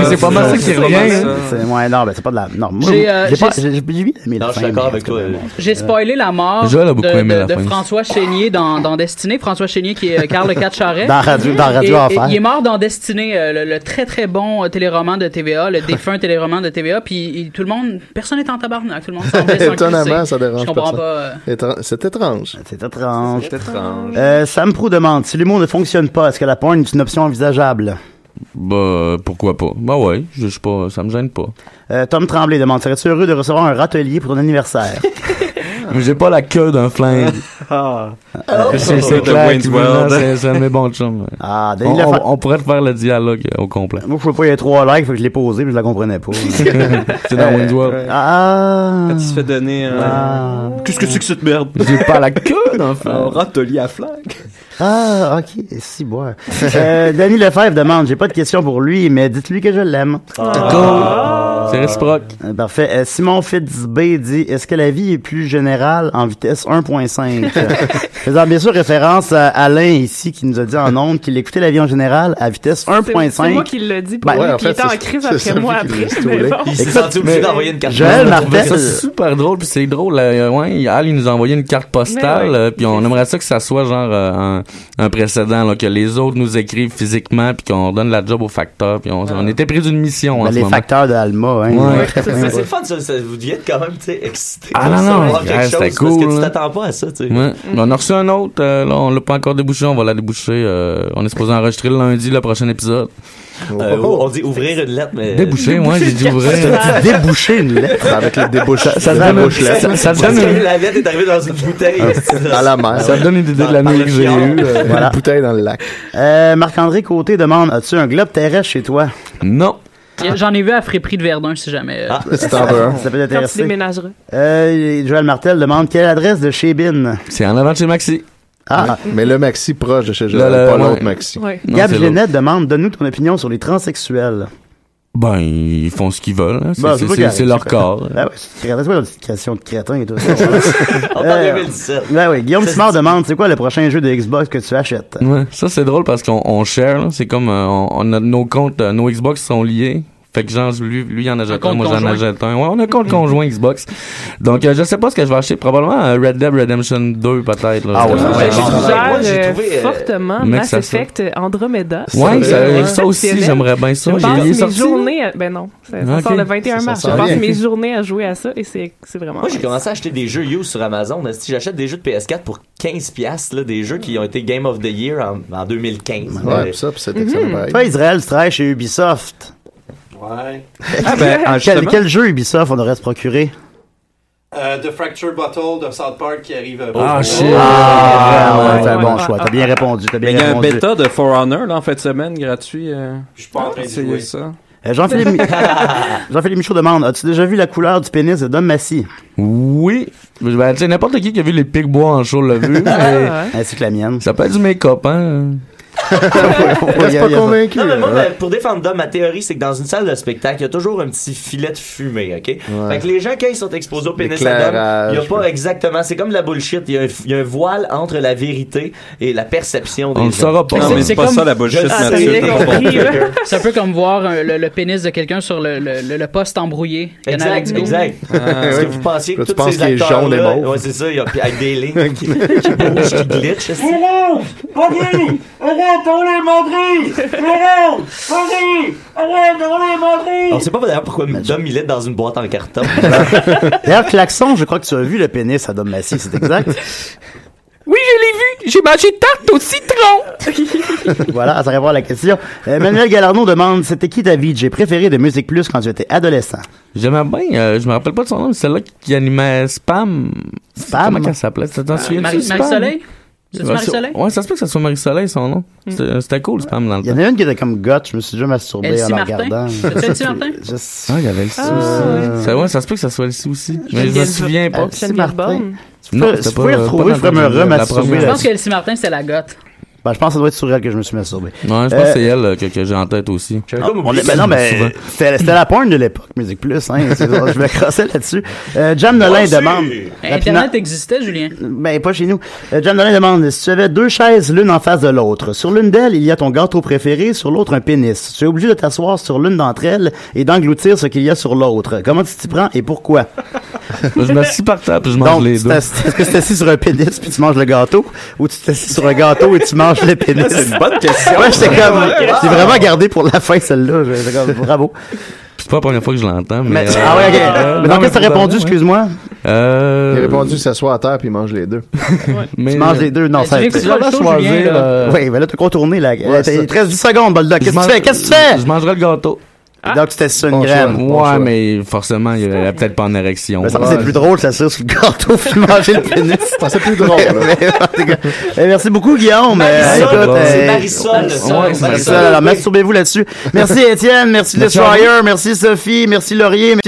c'est pas mal ça qui revient.
hein.
C'est ouais, non, ben c'est pas de la non, moi
J'ai, euh,
j'ai pas
j'ai-
j'ai j'ai bien aimé
Non,
la
je
fin.
suis d'accord avec toi.
J'ai spoilé la mort
Joël a beaucoup
de,
aimé
de-
la
de
fin.
François Chénier dans, dans Destinée. François Chénier qui est euh, Carl Catcharet.
Dans Radio- dans Radio
Et- et
Enfer.
Il est mort dans Destinée, euh, le, le très très bon euh, téléroman de TVA, le défunt téléroman de TVA. Puis il- tout le monde, personne n'est en tabarnak. Tout le monde semblait s'en
Étonnamment,
crisser.
ça dérange
Je comprends
personne.
pas. euh,
Étran- C'est étrange.
C'est étrange.
C'est
étrange.
Euh, Sam Prou demande si l'humour ne fonctionne pas, est-ce que la porn est une option envisageable
Bah, euh, pourquoi pas? Bah ouais, je sais pas, ça me gêne pas.
Euh, Tom Tremblay demande serais-tu heureux de recevoir un râtelier pour ton anniversaire
Mais j'ai pas la queue d'un flingue.
Ah. Oh.
Euh,
C'est c'est clair que maintenant, c'est- c'est un de mes bons chums.
Ah,
on,
Denis Lafa-
on- on pourrait te faire le dialogue au complet.
Moi, je pouvais pas y avoir trois likes, fait que je l'ai posé, puis je la comprenais pas.
C'est dans Wayne's World.
Ah.
Quand il se fait donner un. Qu'est-ce que c'est que cette merde?
J'ai pas la queue d'un
Un râtelier à flingue.
Ah, ok, si boire. Euh, Danny Lefebvre demande, j'ai pas de question pour lui, mais dites-lui que je l'aime.
Ah.
Ah.
C'est réciproque.
Euh, Parfait. Euh, Simon Fitzbay dit Est-ce que la vie est plus générale en vitesse 1.5 Faisant bien sûr référence à Alain ici qui nous a dit en ondes qu'il écoutait la vie en général à vitesse
C'est
1.5.
c'est moi qui l'ai dit pour
Ben,
lui,
ouais, en
puis il
fait,
était en
c'est-
crise
c'est
après
celui
moi
qui l'a
après.
stoulé.
mais bon.
Il s'est
Écoute,
senti obligé
mais-
d'envoyer une carte
Joël
postale.
Martel,
Je trouve ça
c'est super drôle, puis c'est drôle. euh, ouais, il- Al, il nous a envoyé une carte postale,
Mais ouais.
euh, puis on aimerait ça que ça soit genre euh, un, un précédent, là, que les autres nous écrivent physiquement, puis qu'on donne la job aux facteurs, puis on,
Ah.
on était pris d'une mission
Ben,
en ce
les
moment.
facteurs de Alma, hein.
Ouais.
C'est- C'est c'est le fun, ça, ça- vous deviez être quand même tu sais, excité.
Ah non, non, ouais,
quelque chose,
c'était
Parce que
cool,
tu
hein.
t'attends pas à ça, tu sais.
Ouais.
Mm.
On a reçu un autre, euh, là, on l'a pas encore débouché, on va la déboucher. euh, on est supposé enregistrer le lundi le prochain épisode.
Euh, on dit ouvrir une lettre, mais.
Déboucher, moi, j'ai dit ouvrir.
déboucher une lettre
avec le débouche.
Ça- ça
le
donne-
débouche-lettre.
ça- ça
Parce
donne
que
une- Ah,
la lettre est arrivée dans une bouteille.
À Ah, la mer.
Ça me donne une idée de la nuit que j'ai eue. euh,
Voilà.
Une bouteille dans le lac.
Euh, Marc-André Côté demande As-tu un globe terrestre chez toi
Non.
euh. J'en ai vu à Friperie de Verdun si jamais. euh,
Ça peut
Quand tu
t'intéresser.
déménageras.
Euh, Joël Martel demande Quelle adresse de chez Bin
C'est en avant de chez Maxi.
Ah.
Mais le maxi proche de chez
Le-
Joël,
le-
pas
ouais.
l'autre maxi.
Ouais. Non,
Gab
c'est
Genette demande Donne-nous ton opinion sur les transsexuels.
Ben, ils font ce qu'ils veulent. hein. C'est-
Bah,
c'est
pas
c'est-
grave,
c'est leur
pas-
corps.
Ah ouais, c'est c'est quoi leur petite création de crétin et tout ça?
On parle
Euh,
2017.
ouais, ouais, Guillaume Simard demande, c'est quoi le prochain jeu de Xbox que tu achètes?
Ouais, ça c'est drôle parce qu'on on share, là. c'est comme euh, on, on a- nos comptes, euh, nos Xbox sont liés. Fait que genre, lui, lui il en achète un,
compte
moi j'en
conjoint.
achète un. Ouais, on a un compte conjoint Xbox. Donc, euh, je sais pas ce que je vais acheter. Probablement euh, Red Dead Redemption 2, peut-être. là.
Ah ouais,
Je sais pas.
ouais, j'ai trouvé-
Suggère, euh, fortement
Mec,
Mass
ça, ça.
Effect euh, Andromeda.
Ouais, ça,
C'est
ça aussi,
exceptionnel.
j'aimerais bien ça.
Je
J'ai-
passe
il est
mes
sorti,
journées... à- Ben non, ça, ça
Ok.
sort le 21
Ça
mars.
sort
je passe
bien.
mes journées à jouer à ça et c'est c'est vraiment...
Moi, j'ai commencé à acheter des jeux used sur Amazon. Si j'achète des jeux de PS4 pour 15$, piastres, là, des jeux qui ont été Game of the Year en, en 2015.
Ouais,
Euh,
pis ça, pis c'est
Mhm.
excellent pareil.
Toi, Israël, tu travailles chez Ubisoft.
Ouais.
Ah,
Ah, ben,
ben,
quel, quel jeu Ubisoft on devrait se procurer?
Euh, The Fracture Bottle de South Park qui arrive. euh,
Ah,
bientôt.
shit. Ah, ouais, c'est un bon choix. T'as bien répondu, t'as bien
Mais il y a un
répondu.
bêta de For Honor, là, en fin de semaine, gratuit. euh. Je suis pas en train de
jouer.
ça.
Euh, Jean-Philippe Mi- Jean-Philippe Michaud demande As-tu déjà vu la couleur du pénis de Dom Massy
Oui. Ben, tu sais, n'importe qui qui a vu les pics bois en show l'a vu.
Ainsi que la mienne.
Ça peut être du make-up, hein.
Reste pas
Non, mais moi, ben, pour défendre Dom, ma théorie, c'est que dans une salle de spectacle, il y a toujours un petit filet de fumée, OK? Fait que les gens, quand ils sont exposés au pénis à Dom,
L'éclairage,
il n'y a pas exactement... C'est comme de la bullshit. Il y, a un- il y a un voile entre la vérité et la perception des
On le
gens.
saura pas. Non, mais c'est pas ça, la
Ah,
bullshit,
Je sais,
Mathieu,
j'ai
t'as
compris.
compris, là.
C'est un peu comme voir euh, le, le pénis de quelqu'un sur le, le, le- le poste embrouillé. Il y en a avec
Exact,
du goût.
exact. Est-ce que vous pensiez que
Là, tu
tous
penses
ces
qu'il est
acteurs
jaune et mauve.
Ouais, c'est ça, il y a, avec des lignes qui, qui bougent, qui glitchent. est-ce que-
Mérode! Paris! Arrête, on les mandrilles! Mérode! Paris! Arrête, on les
On
mandrilles!
sait pas d'ailleurs pourquoi Dom il est dans une boîte en carton.
D'ailleurs, Klaxon, je crois que tu as vu le pénis à Dom Massy, c'est exact.
Oui, je l'ai vu! J'ai mangé une tarte au citron!
voilà, ça répond à la question. Euh, Manuel Galarno demande C'était qui ta VJ préférée de Musique Plus quand tu étais adolescent
J'aimais bien, euh, je me rappelle pas de son nom, mais celle-là qui animait Spam. Spam? Comment qu'elle s'appelait? Tu t'en souviens-tu,
Marie-
Spam?
Marie-Soleil? C'est-tu
Ouais,
Marie-Soleil?
Ouais, ça se peut que ça soit Marie-Soleil, son nom.
Mm.
C'était euh, c'était cool, Spam, dans le
Il y en
temps.
a une qui était comme goth, je me suis déjà masturbé
Elsie
en la
Martin?
regardant.
C'est-tu Elsie Martin?
Je-
Ah, il y avait le C aussi. Ça, ouais, ça se peut que ça soit le C aussi. Mais je me
Geneviève-
souviens pas.
euh, Geneviève Bourne?
Tu peux-
c'était
tu pouvais
pas-
le
pas
retrouver,
dans
je ferais me
la première- la
remasturber
première.
Je pense que Elsie Martin, c'est la gotte.
Ben, je pense que ça doit être sur elle que je me suis masturbé.
Ouais, je pense
Euh,
que c'est elle euh, que, que j'ai en tête aussi.
Ah, on est- ben non, mais c'était c'était la porn de l'époque, Musique Plus. Hein, C'est- je me crossais là-dessus. Euh, Jam Nolin demande.
Internet existait, Julien.
Ben, pas chez nous. Euh, Jam Nolin demande si tu avais deux chaises l'une en face de l'autre. Sur l'une d'elles, il y a ton gâteau préféré, sur l'autre, un pénis. Tu es obligé de t'asseoir sur l'une d'entre elles et d'engloutir ce qu'il y a sur l'autre. Comment tu t'y prends et pourquoi?
Je m'assis par terre puis je mange
Donc,
les
tu
deux.
t'assis- Est-ce que tu t'assis sur un pénis puis tu manges le gâteau ou tu t'assis sur un gâteau et tu manges le pénis?
C'est une bonne question.
Ouais, j'étais comme,
Ouais.
j'ai vraiment gardé pour la fin celle-là. J'étais comme, bravo.
C'est pas la première fois que je l'entends, mais. euh,
Mais- ah ouais, ok. Mais dans
non,
quel t'as
pour de
répondu,
vrai, ouais.
excuse-moi?
Euh.
Il a répondu s'assoit à terre puis il mange les deux.
Tu manges les deux? Non, ça euh, Oui, mais là, t'as contourné, là.
Ouais,
T'as-
ça.
Il te reste 10 secondes, Boldoc. Qu'est-ce que tu
mange-
fais? Qu'est-ce que tu fais?
Je mangerai le gâteau.
Donc, tu t'assis sur une
Bon choix,
graine.
Ah, Ouais, mais forcément, il y a peut-être pas en érection.
Mais Ben, ça me semble que c'est plus drôle, ça sur le gâteau puis manger le pénis.
C'est plus drôle.
Mais, en tout cas, eh, merci beaucoup, Guillaume.
Marisol,
Eh, écoute,
c'est
eh,
Marisol,
Marisol,
ouais,
Marisol.
Marisol.
Alors, masturbez-vous là-dessus. Merci, Étienne. Merci,
Merci à
Destroyer. Merci, Sophie. Merci, Laurier. Merci,